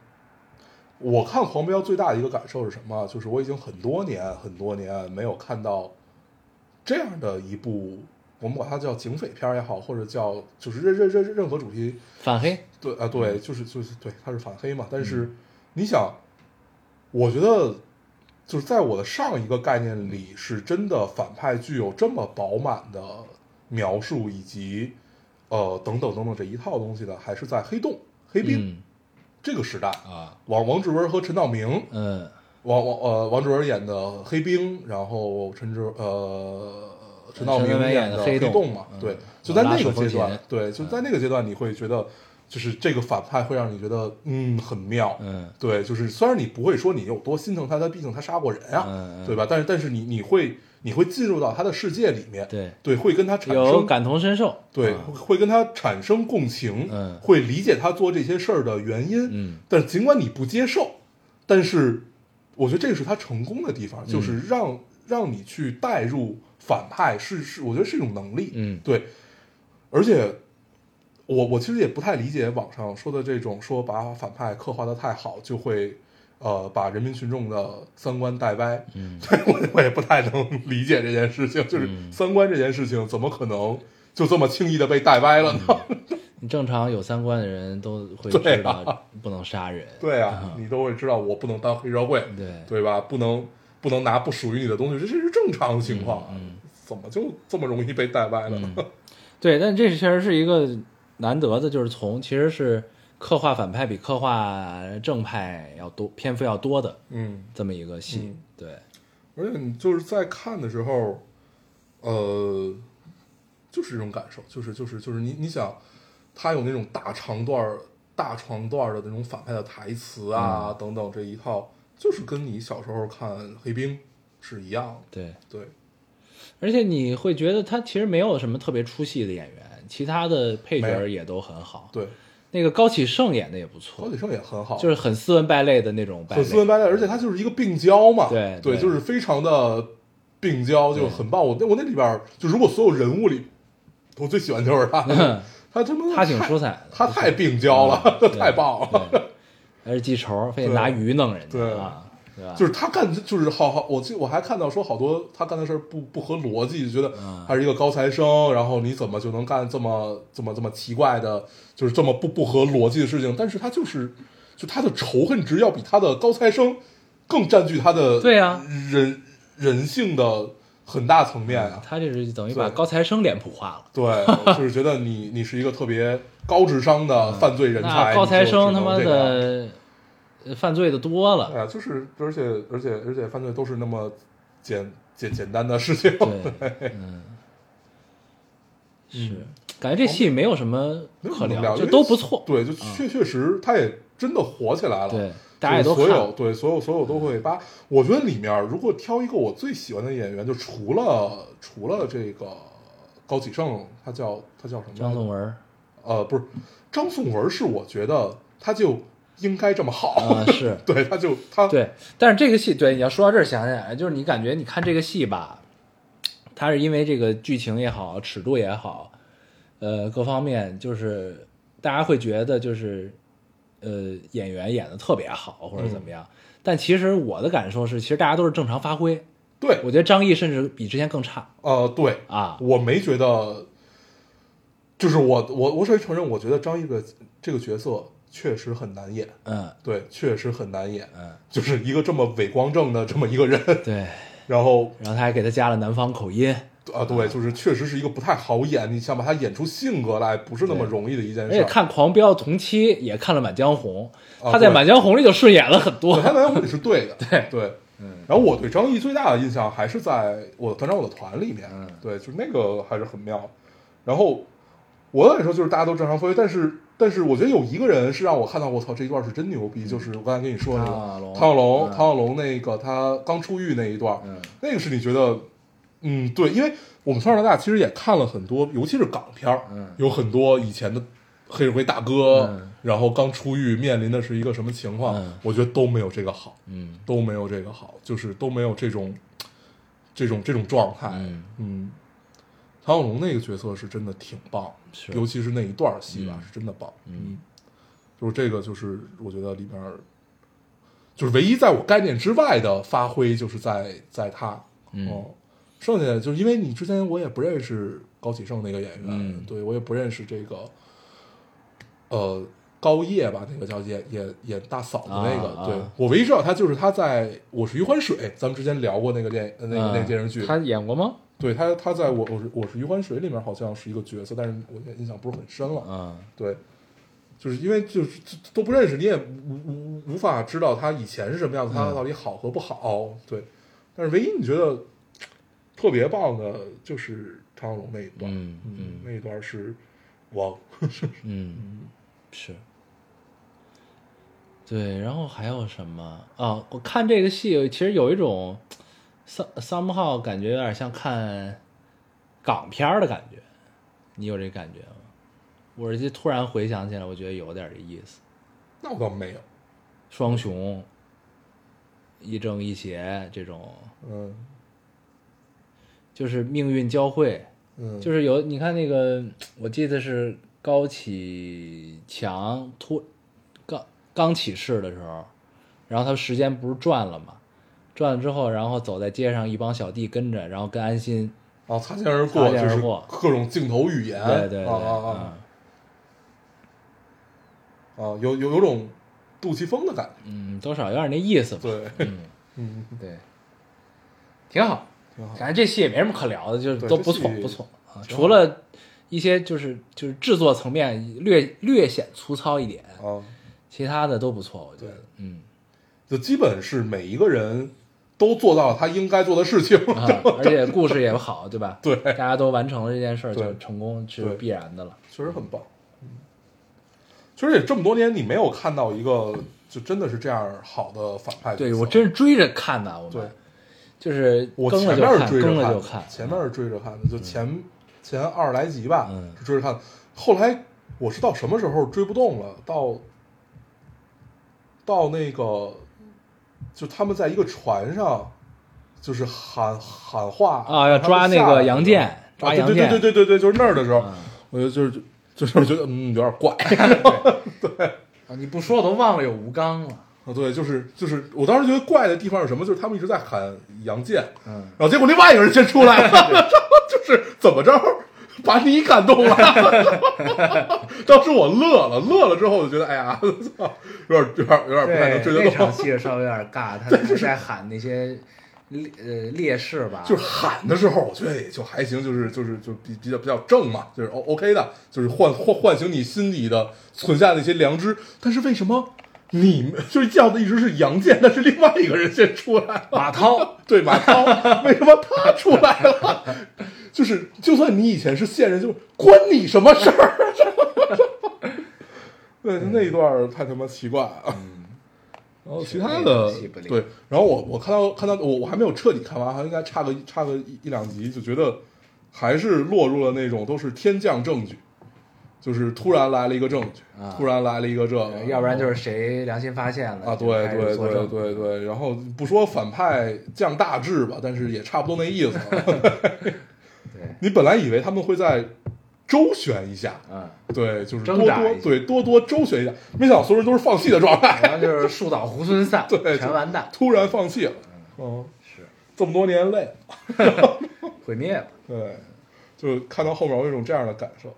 我看《狂飙》最大的一个感受是什么？就是我已经很多年很多年没有看到这样的一部，我们管它叫警匪片儿也好，或者叫就是任任任任何主题
反黑，
对啊，
嗯
对，就是就是对，他是反黑嘛。但是你想，我觉得就是在我的上一个概念里，是真的反派具有这么饱满的描述以及呃等等等等这一套东西的，还是在黑洞、黑冰、
嗯
这个时代。
啊，
王王志文和陈道明，
嗯
王王呃王志文演的黑冰，然后陈志呃陈道明
陈道明演
的
的
黑
黑洞
嘛，
嗯
对，就在那
拉手
个
风
阶段
琴，嗯
对，就在那个阶段，你会觉得就是这个反派会让你觉得嗯很妙，
嗯
对，就是虽然你不会说你有多心疼他，他毕竟他杀过人啊，
嗯嗯
对吧？但是但是你你会你会进入到他的世界里面，
对
会跟他产
有
生
感同身受，
对，
啊
会跟他产生共情，
嗯
会理解他做这些事儿的原因，
嗯，
但是尽管你不接受，但是我觉得这是他成功的地方，
嗯
就是让、让你去带入反派是是，我觉得是一种能力，
嗯
对，而且我我其实也不太理解网上说的这种说把反派刻画的太好就会。呃，把人民群众的三观带歪，嗯，对我我也不太能理解这件事情，就是三观这件事情怎么可能就这么轻易的被带歪了呢？
你正常有三观的人都会
对啊
知道不能杀人，
[LAUGHS] 对啊，你都会知道我不能当黑社会，
对
对吧？不能不能拿不属于你的东西，这这是正常的情况啊，怎么就这么容易被带歪了呢？
对，但这确实是一个难得的，就是从其实是刻画反派比刻画正派要多篇幅要多的
嗯，
这么一个戏，
嗯
对，
而且你就是在看的时候，呃，就是这种感受，就是就是就是你你想，他有那种大长段儿、大长段儿的那种反派的台词
嗯
啊、等等这一套，就是跟你小时候看《黑冰》是一样的，
对，
对，
而且你会觉得他其实没有什么特别出戏的演员，其他的配
没有
角也都很好。
对，
那个高启盛演的也不
高
错
启，盛也很好，
就是很斯文败类的那种败类。
很斯文败类，而且他就是一个病娇嘛，
对
对，
对
就是非常的病娇，就很棒。我那我那里边儿就如果所有人物里，我最喜欢就是他，
嗯
[LAUGHS] 他他妈
他挺
太
出彩的
他太病娇了，
嗯
[LAUGHS] 太棒了。
对，还是记仇，非得
对
拿鱼弄人家
对
啊，对吧？
就是他干，就是好好，我记我还看到说好多他干的事儿不不合逻辑，就觉得
嗯
他是一个高材生，然后你怎么就能干这么这么这么奇怪的，就是这么不不合逻辑的事情？但是他就是，就他的仇恨值要比他的高材生更占据他的
对啊
人人性的很大层面啊。
他这是等于把
对
高材生脸谱化了。
对，就是觉得你你是一个特别高智商的犯罪人才，
那高材生
你就只
他
能
妈
这样
的呃犯罪的多了，
啊，就是而且而且而且犯罪都是那么简简简单的事情，
对，嗯，是，感觉这戏没有什么
嗯没有
可
什么
聊，
因
就
为
都不错，嗯
对，就确确实他也真的火起来了，
对
就
大家也都
所
看
有对所有所有都会扒。我觉得里面如果挑一个我最喜欢的演员，就除了除了这个高启盛，他叫他叫什么来着？
张颂
[LAUGHS]
文儿
呃，不是张颂文，是我觉得他就应该这么好，
啊是，
[LAUGHS] 对，他就他
对，但是这个戏，对你要说到这儿想起来，就是你感觉你看这个戏吧，它是因为这个剧情也好，尺度也好，呃，各方面就是大家会觉得就是呃演员演的特别好或者怎么样，但其实我的感受是，其实大家都是正常发挥，
对
我觉得张译甚至比之前更差
呃，对
啊，
我没觉得，就是我我我首先承认，我觉得张译的这个角色确实很难演，
嗯
对，确实很难演，
嗯，
就是一个这么伪光正的这么一个人，
对，
[LAUGHS] 然后
然后他还给他加了南方口音，
啊，对，就是确实是一个不太好演，你想把它演出性格来，不是那么容易的一件
而
事
且
儿。
看《狂飙》同期也看了《满江红》，
啊
他在《
对
满江红》里就顺眼了很多
对，。他南红里是对
[LAUGHS]
的，对对。
嗯
然后我对张译最大的印象还是在我团长我的团里面，
嗯
对，就是那个还是很妙的。然后我感受就是大家都正常发挥，但是但是我觉得有一个人是让我看到我操这一段是真牛逼，就是我刚才跟你说的那
唐小
个
嗯龙
唐小龙，
嗯
唐小龙那个他刚出狱那一段，那个是你觉得嗯对，因为我们从小到大其实也看了很多，尤其是港片儿，
嗯
有很多以前的黑社会大哥，然后刚出狱面临的是一个什么情况，
嗯
我觉得都没有这个好，
嗯，
都没有这个好，就是都没有这种这种这种状态。
嗯
唐小龙那个角色是真的挺棒，
是
尤其是那一段戏吧，是真的棒。
嗯，
就是这个，就是我觉得里面儿就是唯一在我概念之外的发挥，就是在在他，
嗯
哦，剩下的就是因为你之前我也不认识高启盛那个演员，
嗯
对我也不认识这个，呃，高叶吧，那个叫演演演大嫂的那个，
啊
对
啊
我唯一知道他就是他在《我是余欢水》，咱们之前聊过那个电那
嗯
个、那个电视剧，
他演过吗？
对他他在我我是我是余欢水里面好像是一个角色，但是我印象不是很深了，
嗯
对，就是因为就是都不认识，你也无无无法知道他以前是什么样子，
嗯
他到底好和不好。对，但是唯一你觉得特别棒的就是张龙那一段，
嗯
嗯，那一段是王，
嗯，是。对，然后还有什么啊？我看这个戏其实有一种 some somehow 感觉有点像看港片儿的感觉，你有这感觉吗？我这突然回想起来，我觉得有点这意思。
那我倒没有，
双雄，一正一邪这种，
嗯
就是命运交汇，
嗯，
就是有你看那个，我记得是高启强突刚刚起事的时候，然后他时间不是转了嘛，转了之后，然后走在街上，一帮小弟跟着，然后跟安心，
啊，擦肩而
擦
过，
肩
就
而
是
过
各种镜头语言，
对对对，嗯
啊啊
哦
啊啊，有有有种杜琪峰的感觉，
嗯嗯，多少有点那意思吧，
对，
[LAUGHS] 嗯，
嗯，
对，挺好，
挺好。
感觉这戏也没什么可聊的，就是
对
都
这
不错
戏
不错啊，
挺好
除了一些就是就是制作层面略略显粗糙一点，
啊，
其他的都不错，我觉得
对，
嗯。
就基本是每一个人都做到了他应该做的事情， [LAUGHS]
啊，而且故事也好，对吧？
对
大家都完成了这件事儿，
对
就成功是
对
必然的了。
确实很棒。嗯确实也这么多年，你没有看到一个就真的是这样好的反派角色。
对我真是追着看的，我
对
们就是
我
更了
前
就
面是
看，
追着
更
看
了
的
就看，
前面是追着看的，就前、前二十来集吧，
嗯
是追着看的。后来我是到什么时候追不动了？到到那个，就他们在一个船上，就是喊喊话
啊，要抓那个杨
戬。
戬，抓嗯
啊，
杨
对对
戬，
对对对对，就是那儿的时候，我就就是就是觉得嗯有点
[LAUGHS]
怪，
啊你不说我都忘了有吴刚了。
啊，对，就是就是，我当时觉得怪的地方是什么？就是他们一直在喊杨戬，
嗯，
然后结果另外一个人先出来了， [LAUGHS] 就是怎么着把你感动了？当时我乐了，乐了之后我就觉得，哎呀， [LAUGHS] 我操有点有点有点不太能 [LAUGHS] 追
那
得
场
动，
戏是稍微有点尬，他是在喊那些烈呃烈士吧，
就是喊的时候，我觉得也就还行，就是就是就比比较比较正嘛，就是 O OK 的，就是唤唤唤醒你心里的存在的一些良知。但是为什么你们就是叫的一直是杨戬，但是另外一个人先出来了？
马涛。
对马涛， [LAUGHS] 为什么他出来了？就是，就算你以前是线人，就关你什么事儿？ [LAUGHS] 对，那一段儿太他妈奇怪啊了。嗯然后其他
嗯那个
的
戏不灵
对，然后我我看到看到我我还没有彻底看完，还应该差个差个一一两集，就觉得还是落入了那种都是天降证据，就是突然来了一个证据，
啊
突然来了一个这个，
呃要不然就是谁良心发现了
啊，
就
对
开始
对
作
对
证
对对，然后不说反派降大志吧，但是也差不多那意思。
[LAUGHS] 对，
你本来以为他们会在周旋一下，
嗯，
对，就是多
挣扎
多
一下
对多多周旋一下，没想到所有人都是放弃的状态，
然后就是树倒猢狲散，
[LAUGHS] 对
全完蛋，
突然放弃了。嗯，
是
这么多年累了，
毁灭了，
对，就看到后面我有一种这样的感受。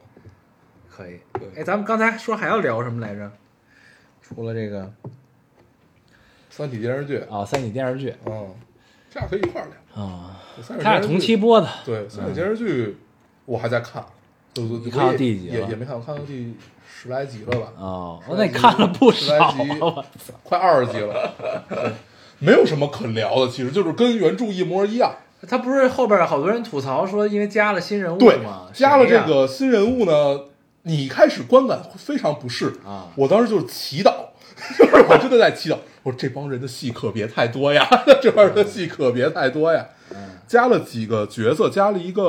可以
对。
哎，咱们刚才说还要聊什么来着？除了这个，
三体电视剧，
哦啊，三体电视剧，
嗯，这俩可以一块儿聊。
啊，
三
他俩同期播的，
对，三水电视剧我还在看，对对，
你看到
我也
第几
也
了
也没看，我看到第十来集了吧？
哦，
十
我
来
那
集
看了不少啊
十来集
我
快二十集了， [LAUGHS] 对没有什么可聊的，其实就是跟原著一模一样。
他不是后边好多人吐槽说，因为加了新人物
对
嘛，，
加了
谁
这
呀
个新人物呢，你开始观感会非常不适
啊
我当时就是祈祷， [LAUGHS] 就是我真的在祈祷，我说这帮人的戏可别太多呀， [LAUGHS] 这帮人的戏可别太多呀。
嗯
加了几个角色，加了一个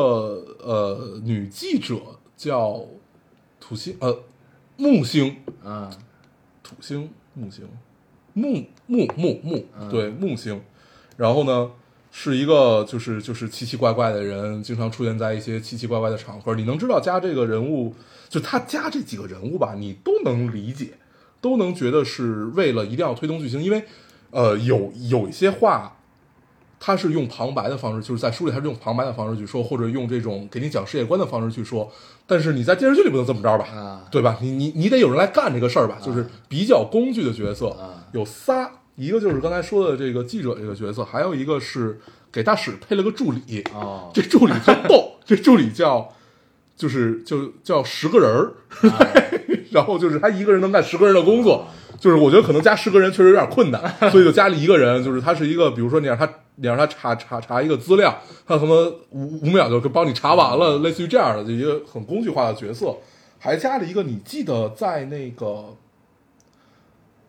呃女记者叫土星呃木星
嗯
土星木星木木木木
嗯
对木星，然后呢是一个就是就是奇奇怪怪的人，经常出现在一些奇奇怪怪的场合。你能知道加这个人物，就他加这几个人物吧，你都能理解，都能觉得是为了一定要推动剧情，因为呃有有一些话。他是用旁白的方式，就是在书里他是用旁白的方式去说，或者用这种给你讲世界观的方式去说。但是你在电视剧里不能这么着吧？
啊
对吧？你你你得有人来干这个事儿吧？就是比较工具的角色
啊
有仨，一个就是刚才说的这个记者这个角色，还有一个是给大使配了个助理，
哦，
这助理叫豆，这助理叫就是就叫十个人儿，
哎
[LAUGHS] 然后就是他一个人能干十个人的工
啊
作，就是我觉得可能加十个人确实有点困难，所以就加了一个人，就是他是一个，比如说你让他你让他查查查一个资料，他他妈五五秒就帮你查完了，类似于这样的，就一个很工具化的角色，还加了一个，你记得在那个。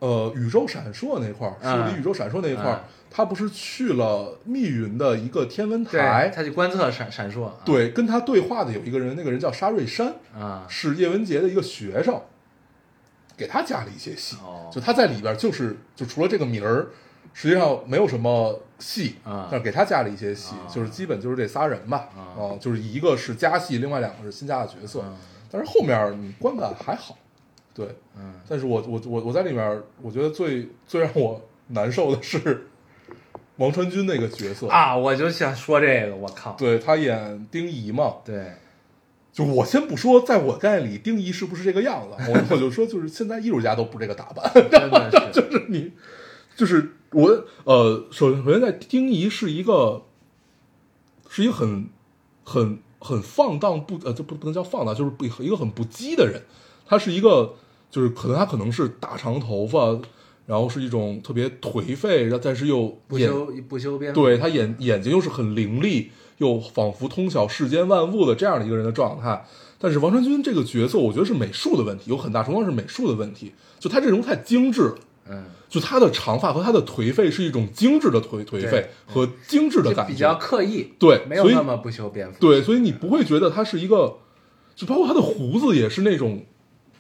呃，宇宙闪烁那块儿，
嗯
树立宇宙闪烁那一块儿，
嗯
他不是去了密云的一个天文台
对，，他去观测闪闪烁，啊
对，跟他对话的有一个人，那个人叫沙瑞山，
啊，
是叶文洁的一个学生，给他加了一些戏。
哦
就他在里边，就是就除了这个名儿，实际上没有什么戏，
啊
但是给他加了一些戏，就是基本就是这仨人吧。啊、就是一个是加戏，另外两个是新加的角色。
啊
但是后面你观感还好，对，
嗯。
但是我我我我在里面，我觉得最最让我难受的是王传君那个角色，
啊，我就想说这个，我靠，
对他演丁仪嘛， [LAUGHS]
对
就我先不说，在我概念里，丁仪是不是这个样子， [LAUGHS] 我我就说，就是现在艺术家都不是这个打扮，
真的是
[LAUGHS] 就是你，就是我，呃，首首先在丁仪是一个，是一个很很很放荡不呃，这不不能叫放荡，就是不一个很不羁的人，他是一个，就是可能他可能是大长头发，然后是一种特别颓废，然后但是又
不
眼
修不修边幅
对他眼眼睛又是很凌厉，又仿佛通晓世间万物的这样的一个人的状态。但是王传君这个角色，我觉得是美术的问题，有很大程度上是美术的问题。就他这种太精致了，
嗯，
就他的长发和他的颓废是一种精致的颓颓废
对
和精致的
就
感觉，
比较刻意，
对
没有
所以
那么不修边幅，
对，所以你不会觉得他是一个，就包括他的胡子也是那种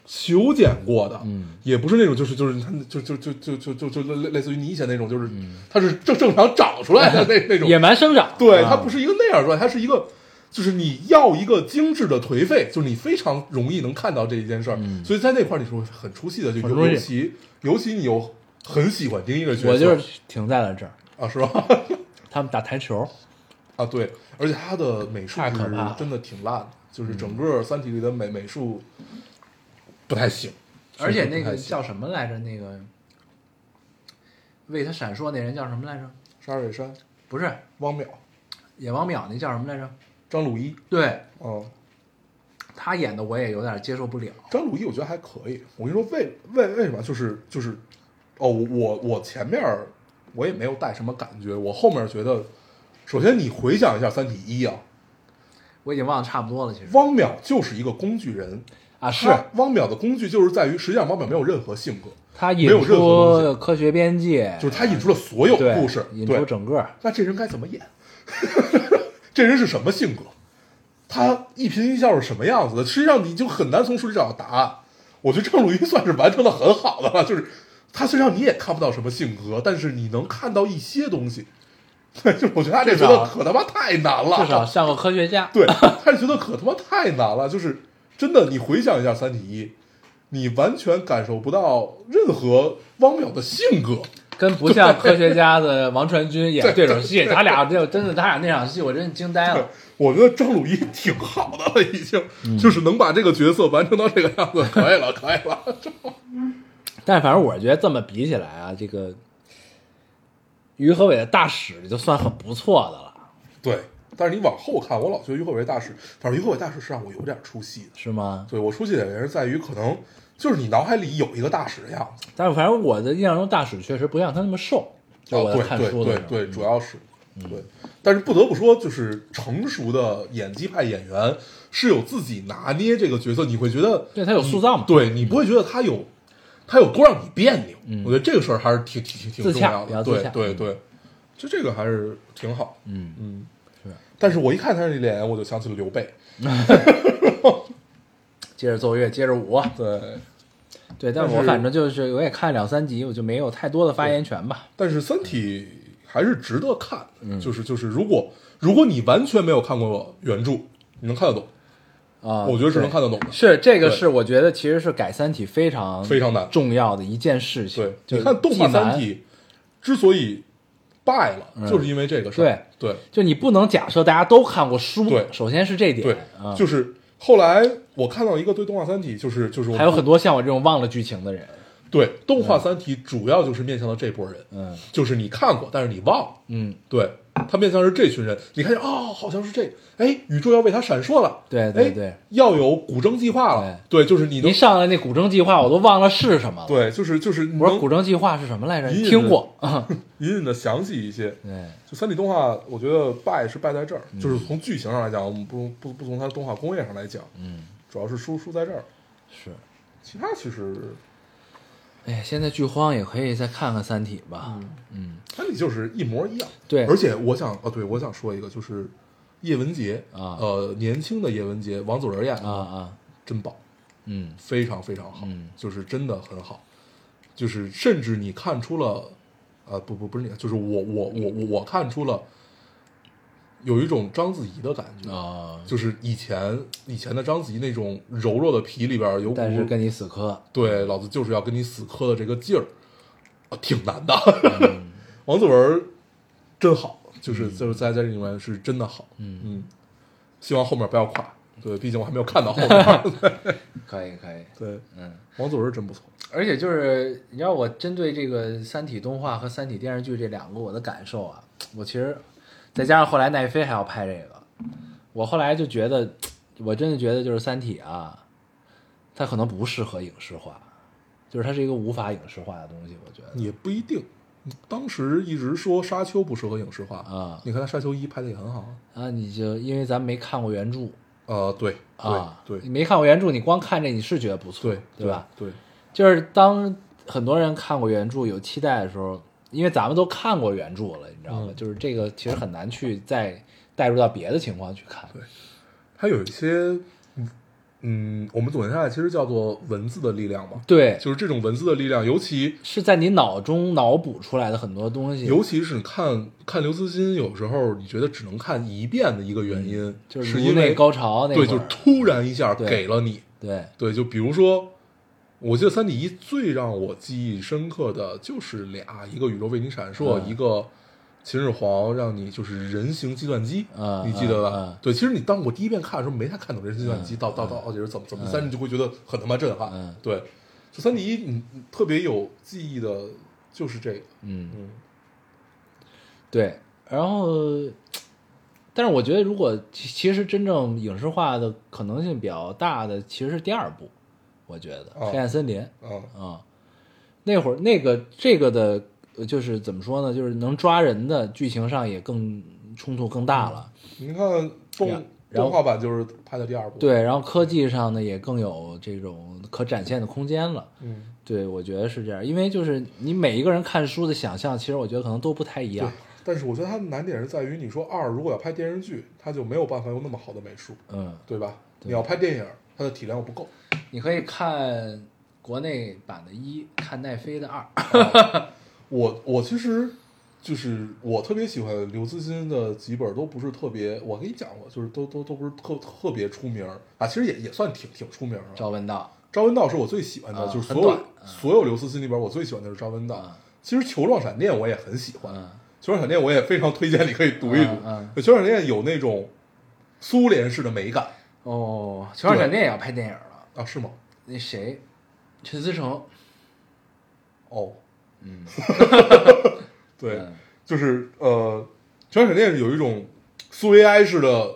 修剪过的，嗯，也不是那种就是就是他就就就就就就就类类似于你以前那种，就是他是正正常长出来的
[LAUGHS]
那那种
嗯野蛮生长，
对，
啊
它不是一个那样的状态，它是一个，就是你要一个精致的颓废，就是你非常容易能看到这一件事儿，所以在那块儿你是会很出戏的，就
嗯很出
尤
戏
尤其尤其你又很喜欢丁一的角色，
我就是停在了这儿。
啊，是吧？
他们打台球，
啊，对，而且他的美术
太
是
可怕了嗯
真的挺烂的，就是整个《三体》里的美美术不太行，
而且那
确实不
个
太行
叫什么来着？那个为他闪烁那人叫什么来着？
沙瑞山、
不是
汪淼、
演王淼那叫什么来着？
张鲁一，
对
嗯。
他演的我也有点接受不了。
张鲁一我觉得还可以。我跟你说为为为什么？就是就是，哦，我我我前面儿我也没有带什么感觉，我后面儿觉得，首先你回想一下《三体一》啊，
我已经忘得差不多了，其实哦
汪淼就是一个工具人
啊
他
是
汪淼的工具就是在于，实际上汪淼没有任何性格，
他
没有
引
任何东
出
西
科学边界，
就是他引出了所有
对
故事，
引
对
出整个
[LAUGHS] 那这人该怎么演？这人是什么性格？他一颦一笑是什么样子的？实际上你就很难从书里找到答案。我觉得郑鲁一算是完成的很好的了，就是他虽然你也看不到什么性格，但是你能看到一些东西。 [LAUGHS] 对，就是我觉得他这角色可他妈太难了，
至少像个科学家。
对，他觉得可他妈太难了，就是真的，你回想一下《三体一》，你完全感受不到任何汪淼的性格。
跟不像科学家的王传君演对手戏，他俩就真的，他俩那场戏我真是惊呆
对
了。
我觉得张鲁一挺好的了，已经、
嗯
就是能把这个角色完成到这个样子，可以了，可以了。 [LAUGHS]
但反正我觉得这么比起来啊，这个《于和伟的大使就算很不错的了，
对，但是你往后看，我老觉得于和伟大师，反正于和伟大师是让我有点出戏的。
是吗？
对我出戏点也是在于，可能就是你脑海里有一个大使的样子。
但是反正我的印象中，大使确实不像他那么瘦，就
哦，
我在
对
看
对
书
对
的嗯时候
对，主要是对。但是不得不说，就是成熟的演技派演员是有自己拿捏这个角色，你会觉得
对他有塑造嘛
对你不会觉得他有他有多让你别扭。我觉得这个事儿还是挺挺挺挺
嗯自
重
洽
要
比
的。
较
对
自洽
对
嗯
对，就这个还是挺好。
嗯
嗯，
是
但是我一看他这脸，我就想起了刘备。
接着奏乐，接着舞。
对，
对，但
嗯但
我
是
反正就是我也看两三集，我就没有太多的发言权吧。
但是《三体》还是值得看的，
嗯
就是就是，如果如果你完全没有看过原著，你能看得懂，
啊、
我觉得是
对
能看得懂的。
是这个
对
是我觉得其实是改《三体》非常
非常难
重要的一件事情。
对，
就
你看动画《
既难
三体》之所以败了，
嗯
就是因为这个事儿。对
就你不能假设大家都看过书，
对
首先是这一点，
对
啊、
就是后来我看到一个对动画《三体》，就是就是我
还有很多像我这种忘了剧情的人，
对动画《三体》主要就是面向了这波人，
嗯
就是你看过，但是你忘了。
嗯，
对他面向是这群人，你看哦，好像是这个，哎，宇宙要为他闪烁了，
对对
哎
对
要有古筝计划了，对，就是你能
一，上来那古筝计划我都忘了是什么了。，
对，就是就是
我说
能
古筝计划是什么来着？
隐隐
听过，嗯啊
[LAUGHS] 隐隐的详细一些。
对，
就三体动画，我觉得败是败在这儿，
嗯
就是从剧情上来讲，我们不不不从它动画工业上来讲，
嗯，
主要是输输在这儿，
是。
其他其实
哎呀，现在剧荒也可以再看看《三体》吧。
嗯三体就是一模一样。
对
而且我想啊，对我想说一个，就是叶文洁
啊
呃，年轻的叶文洁，王祖仁演的
啊啊，
真棒。
嗯，
非常非常好，
嗯
就是真的很好，就是甚至你看出了，呃，不不不是你，就是我我我我我看出了，有一种章子怡的感觉，
啊、
就是以前以前的章子怡那种柔弱的皮里边有股
但是跟你死磕，
对老子就是要跟你死磕的这个劲儿，啊挺难的。
嗯
[LAUGHS] 王祖文真好，就是就是在在这里面是真的好，嗯希望后面不要垮，对，毕竟我还没有看到后
[LAUGHS]
面，
可以可以。
对，
嗯，
王祖文真不错。
而且就是你知道，我针对这个《三体》动画和《三体》电视剧这两个我的感受啊，我其实再加上后来奈飞还要拍这个，我后来就觉得，我真的觉得就是《三体》啊，它可能不适合影视化，就是它是一个无法影视化的东西，我觉得。
也不一定。当时一直说《沙丘》不适合影视化
啊
你看他《沙丘一》拍的也很好啊。
啊，你就因为咱们没看过原著
呃，对，
啊，
对
你
对
没看过原著，你光看这你是觉得不错，
对
对吧？？
对，
就是当很多人看过原著有期待的时候，因为咱们都看过原著了，你知道吗？
嗯
就是这个其实很难去再带入到别的情况去看。
对它有一些，嗯，我们总结下来其实叫做文字的力量嘛，
对，
就是这种文字的力量，尤其
是在你脑中脑补出来的很多东西。
尤其是你看看刘慈欣，有时候你觉得只能看一遍的一个原因，
嗯就是
是
颅
因
内
为
高潮那
对，
会
就
儿
突然一下
对
给了你，
对
对，就比如说，我记得《三体一》最让我记忆深刻的就是俩，一个宇宙为你闪烁，
嗯
一个秦始皇让你就是人形计算机，
嗯
你记得吧？
嗯嗯
对，其实你当我第一遍看的时候没太看懂人形计算机，到到到到底是怎么怎么，但是你就会觉得很他妈震撼。
嗯
对，就《三体一》你你特别有记忆的就是这个，
嗯
嗯
对，然后，但是我觉得如果其其实真正影视化的可能性比较大的，其实是第二部，我觉得
哦
《黑暗森林》
啊
啊，那会儿那个这个的，呃就是怎么说呢，就是能抓人的剧情上也更冲突更大了，
您看动
然然
动
后
画版就是拍的第二部，，
对，然后科技上呢也更有这种可展现的空间了。
嗯，
对，我觉得是这样，因为就是你每一个人看书的想象，其实我觉得可能都不太一
对
样。。
但是我觉得它的难点是在于，你说二如果要拍电视剧，它就没有办法用那么好的美术，
嗯，
对吧？你要拍电影，它的体量又不够。
你可以看国内版的一，看奈飞的二。
我我其实就是我特别喜欢刘慈欣的几本，都不是特别，我跟你讲过，就是都都都不是特特别出名儿啊，其实也也算挺挺出名的。
赵文道，
张文道是我最喜欢的，
啊
就是所
很
有、
短嗯
所有刘慈欣里边，我最喜欢的是张文道。
啊
其实《球状闪电》我也很喜欢，
嗯
球状闪电》我也非常推荐你可以读一读。
嗯
对球状闪电》有那种苏联式的美感
哦，《球状闪电》也要拍电影了，
啊，是吗？
那谁，啊陈思诚，
[LAUGHS] 哦，嗯，对，
嗯
就是呃，泉水店是有一种苏维埃式的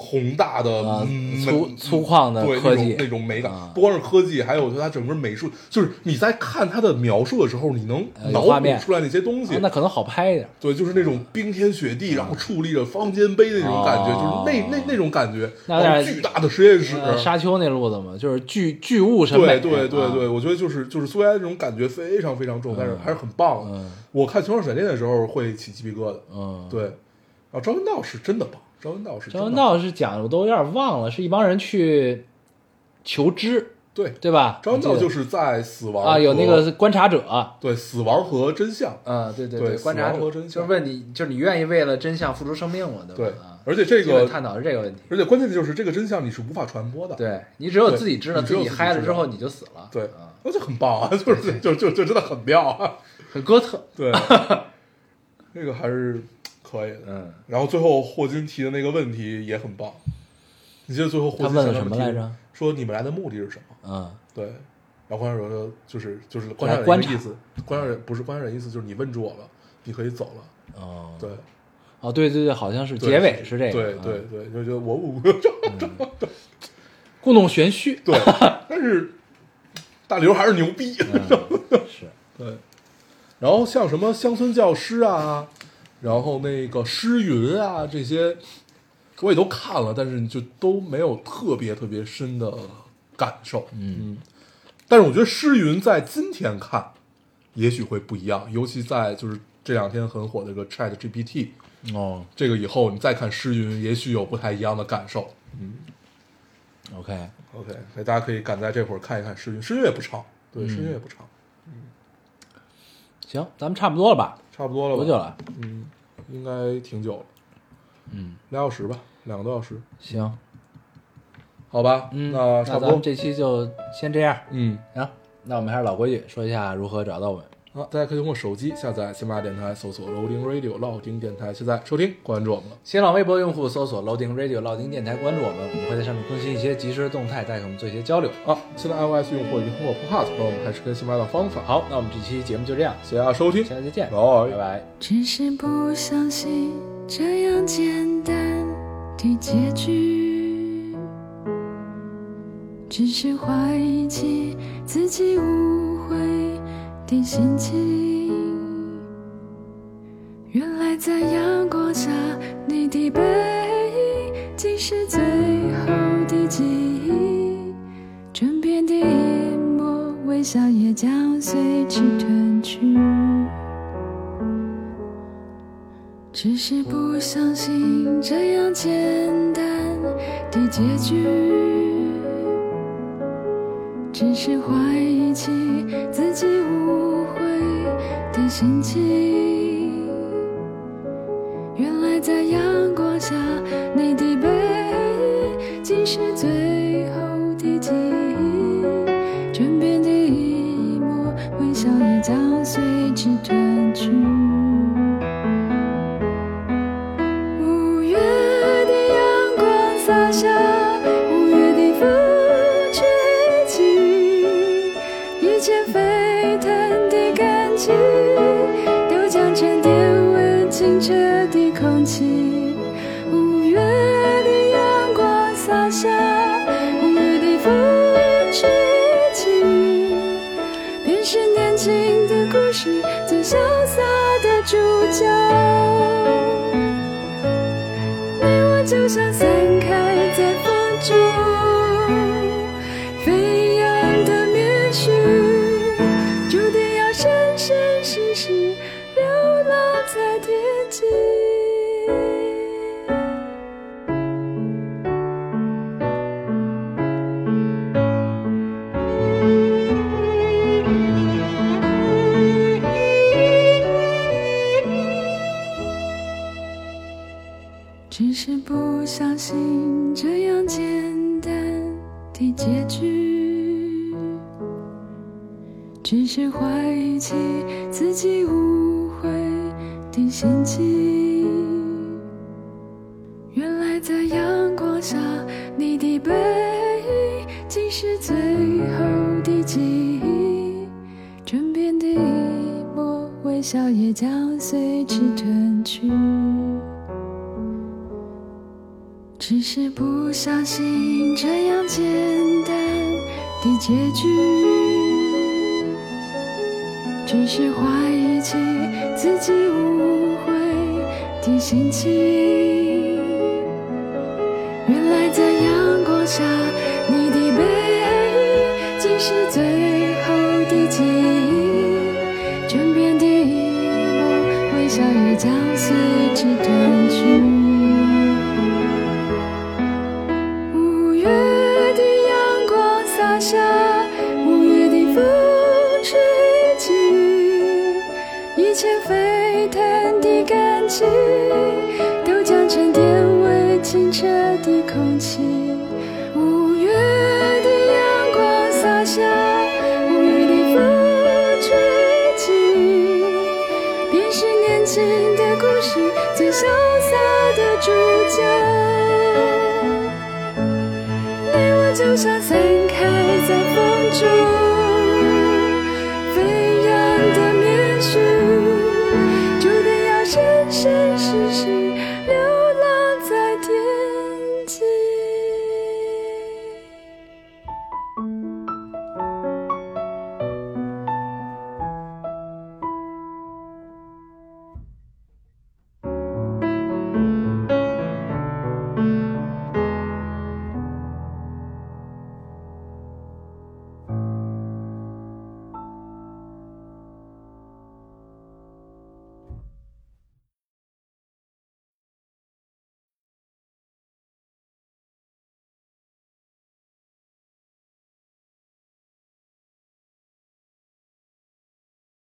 宏大的、
啊
嗯
粗
美
粗犷的
对
科技
那种那种美感，
啊
不光是科技，还有它整个美术，就是你在看它的描述的时候，你能
呃有
脑
画
补
面
出来那些东西。
啊那可能好拍一点。
对，就是那种冰天雪地，然后矗立着方尖碑的那种感觉，
哦
就是那那那种感觉，
那有
然后
点
巨大的实验室，
呃沙丘那路子嘛，就是巨巨物审美。
对对对对，
啊，
我觉得就是就是苏维埃这种感觉非常非常重，但是还是很棒的。
嗯
我看《球上闪电》的时候会起鸡皮疙瘩。
嗯，
对，啊，张文道是真的棒，张文道是真
张
的
文
棒
道是讲的，我都有点忘了，是一帮人去求知，
对，
对吧？
张文道就是是在死亡
啊，有
和
那个观察者，
对死亡和真相，
嗯，对对
对
观察
死亡
者
和真相
就是问你，就是你愿意为了真相付出生命吗？
嗯
对吧？
对
啊，
而且这
基本
个
探讨是这个问题。
而且关键的就是这个真相你是无法传播的。
对你只有
对
自己知道
你只
自
有
己
自己
嗨了
知道
之后你就死了，
对
嗯
啊，
那就很棒啊，就是就就就真的很妙啊。
很哥特，
[LAUGHS]
对，这个还是可以的。
嗯，
然后最后霍金提的那个问题也很棒，你记得最后霍
他
金
问了
向他
什么
们
来
提
着？
说你们来的目的是什么？
嗯，
对，然后观察者说就是就是
来
观察
观
人的
察
意思，观察人不是观察人意思就是你问住我了，你可以走了。
哦，
对，
哦，对对对，好像是
对
结尾是这个，
对
啊
对，对，就觉得我 [LAUGHS] 我
故弄玄虚，
[LAUGHS] 对，但是大刘还是牛逼。 [LAUGHS]
是，
对，然后像什么乡村教师啊，然后那个诗云啊这些，我也都看了，但是就都没有特别特别深的感受。嗯，但是我觉得诗云在今天看，也许会不一样，尤其在就是这两天很火的这个 Chat GPT
哦
这个以后，你再看诗云，也许有不太一样的感受。
，OK，
OK，所以大家可以赶在这会儿看一看诗云，诗云也不长，对，诗云也不长，
行，咱们差不多了吧？
差不多了吧？
多久了？
嗯，应该挺久了，嗯，俩小时吧，两个多小时，
行，
好吧，
嗯，
那差
咱
不
们
多，
这期就先这样，
嗯，
啊
行，那我们还是老规矩，说一下如何找到我们。
啊，大家可以通过手机下载喜马拉雅电台，搜索 Loading Radio 老丁电台，现在收听关注我们了，
新浪微博用户搜索 Loading Radio 老丁电台，关注我们，我们会在上面更新一些即时的动态，带给我们做一些交流。
啊，现在 iOS 用户已经通过 Podcast 帮我们还是跟喜马拉雅的方法，
好，那我们这期节目就这样，
谢谢大家收听，
下期再见，
拜
拜拜。
只是不相信这样简单的结局，只是怀疑起自己误会的心情。原来在阳光下，你的背影竟是最后的记忆，枕边的一抹微笑也将随之褪去。只是不相信这样简单的结局，只是怀疑起自己误会的心情。原来在阳光下，你的背影竟是最后的记忆，枕边的一抹微笑也将随之褪去。五月的阳光洒下，五月的风吹起，以前沸腾的感情都将沉淀为清澈的空气。五月的阳光洒下，五月的风吹起。便是年轻的故事最潇洒的主角。你我就像散开在风中飞扬的棉絮，注定要生生世世流浪在天际。只是不相信这样简单的结局，只是怀疑起自己误会的心情。原来在阳光下，你的背影竟是最后的记忆，枕边的一抹微微笑也将随之褪去。只是不小心这样简单的结局，只是怀疑起自己误会的心情。原来在阳光下，你的背影竟是最后的记忆。枕边的一幕，微笑也将随之褪去。五月的阳光洒下，五月的风吹起，一切沸腾的感情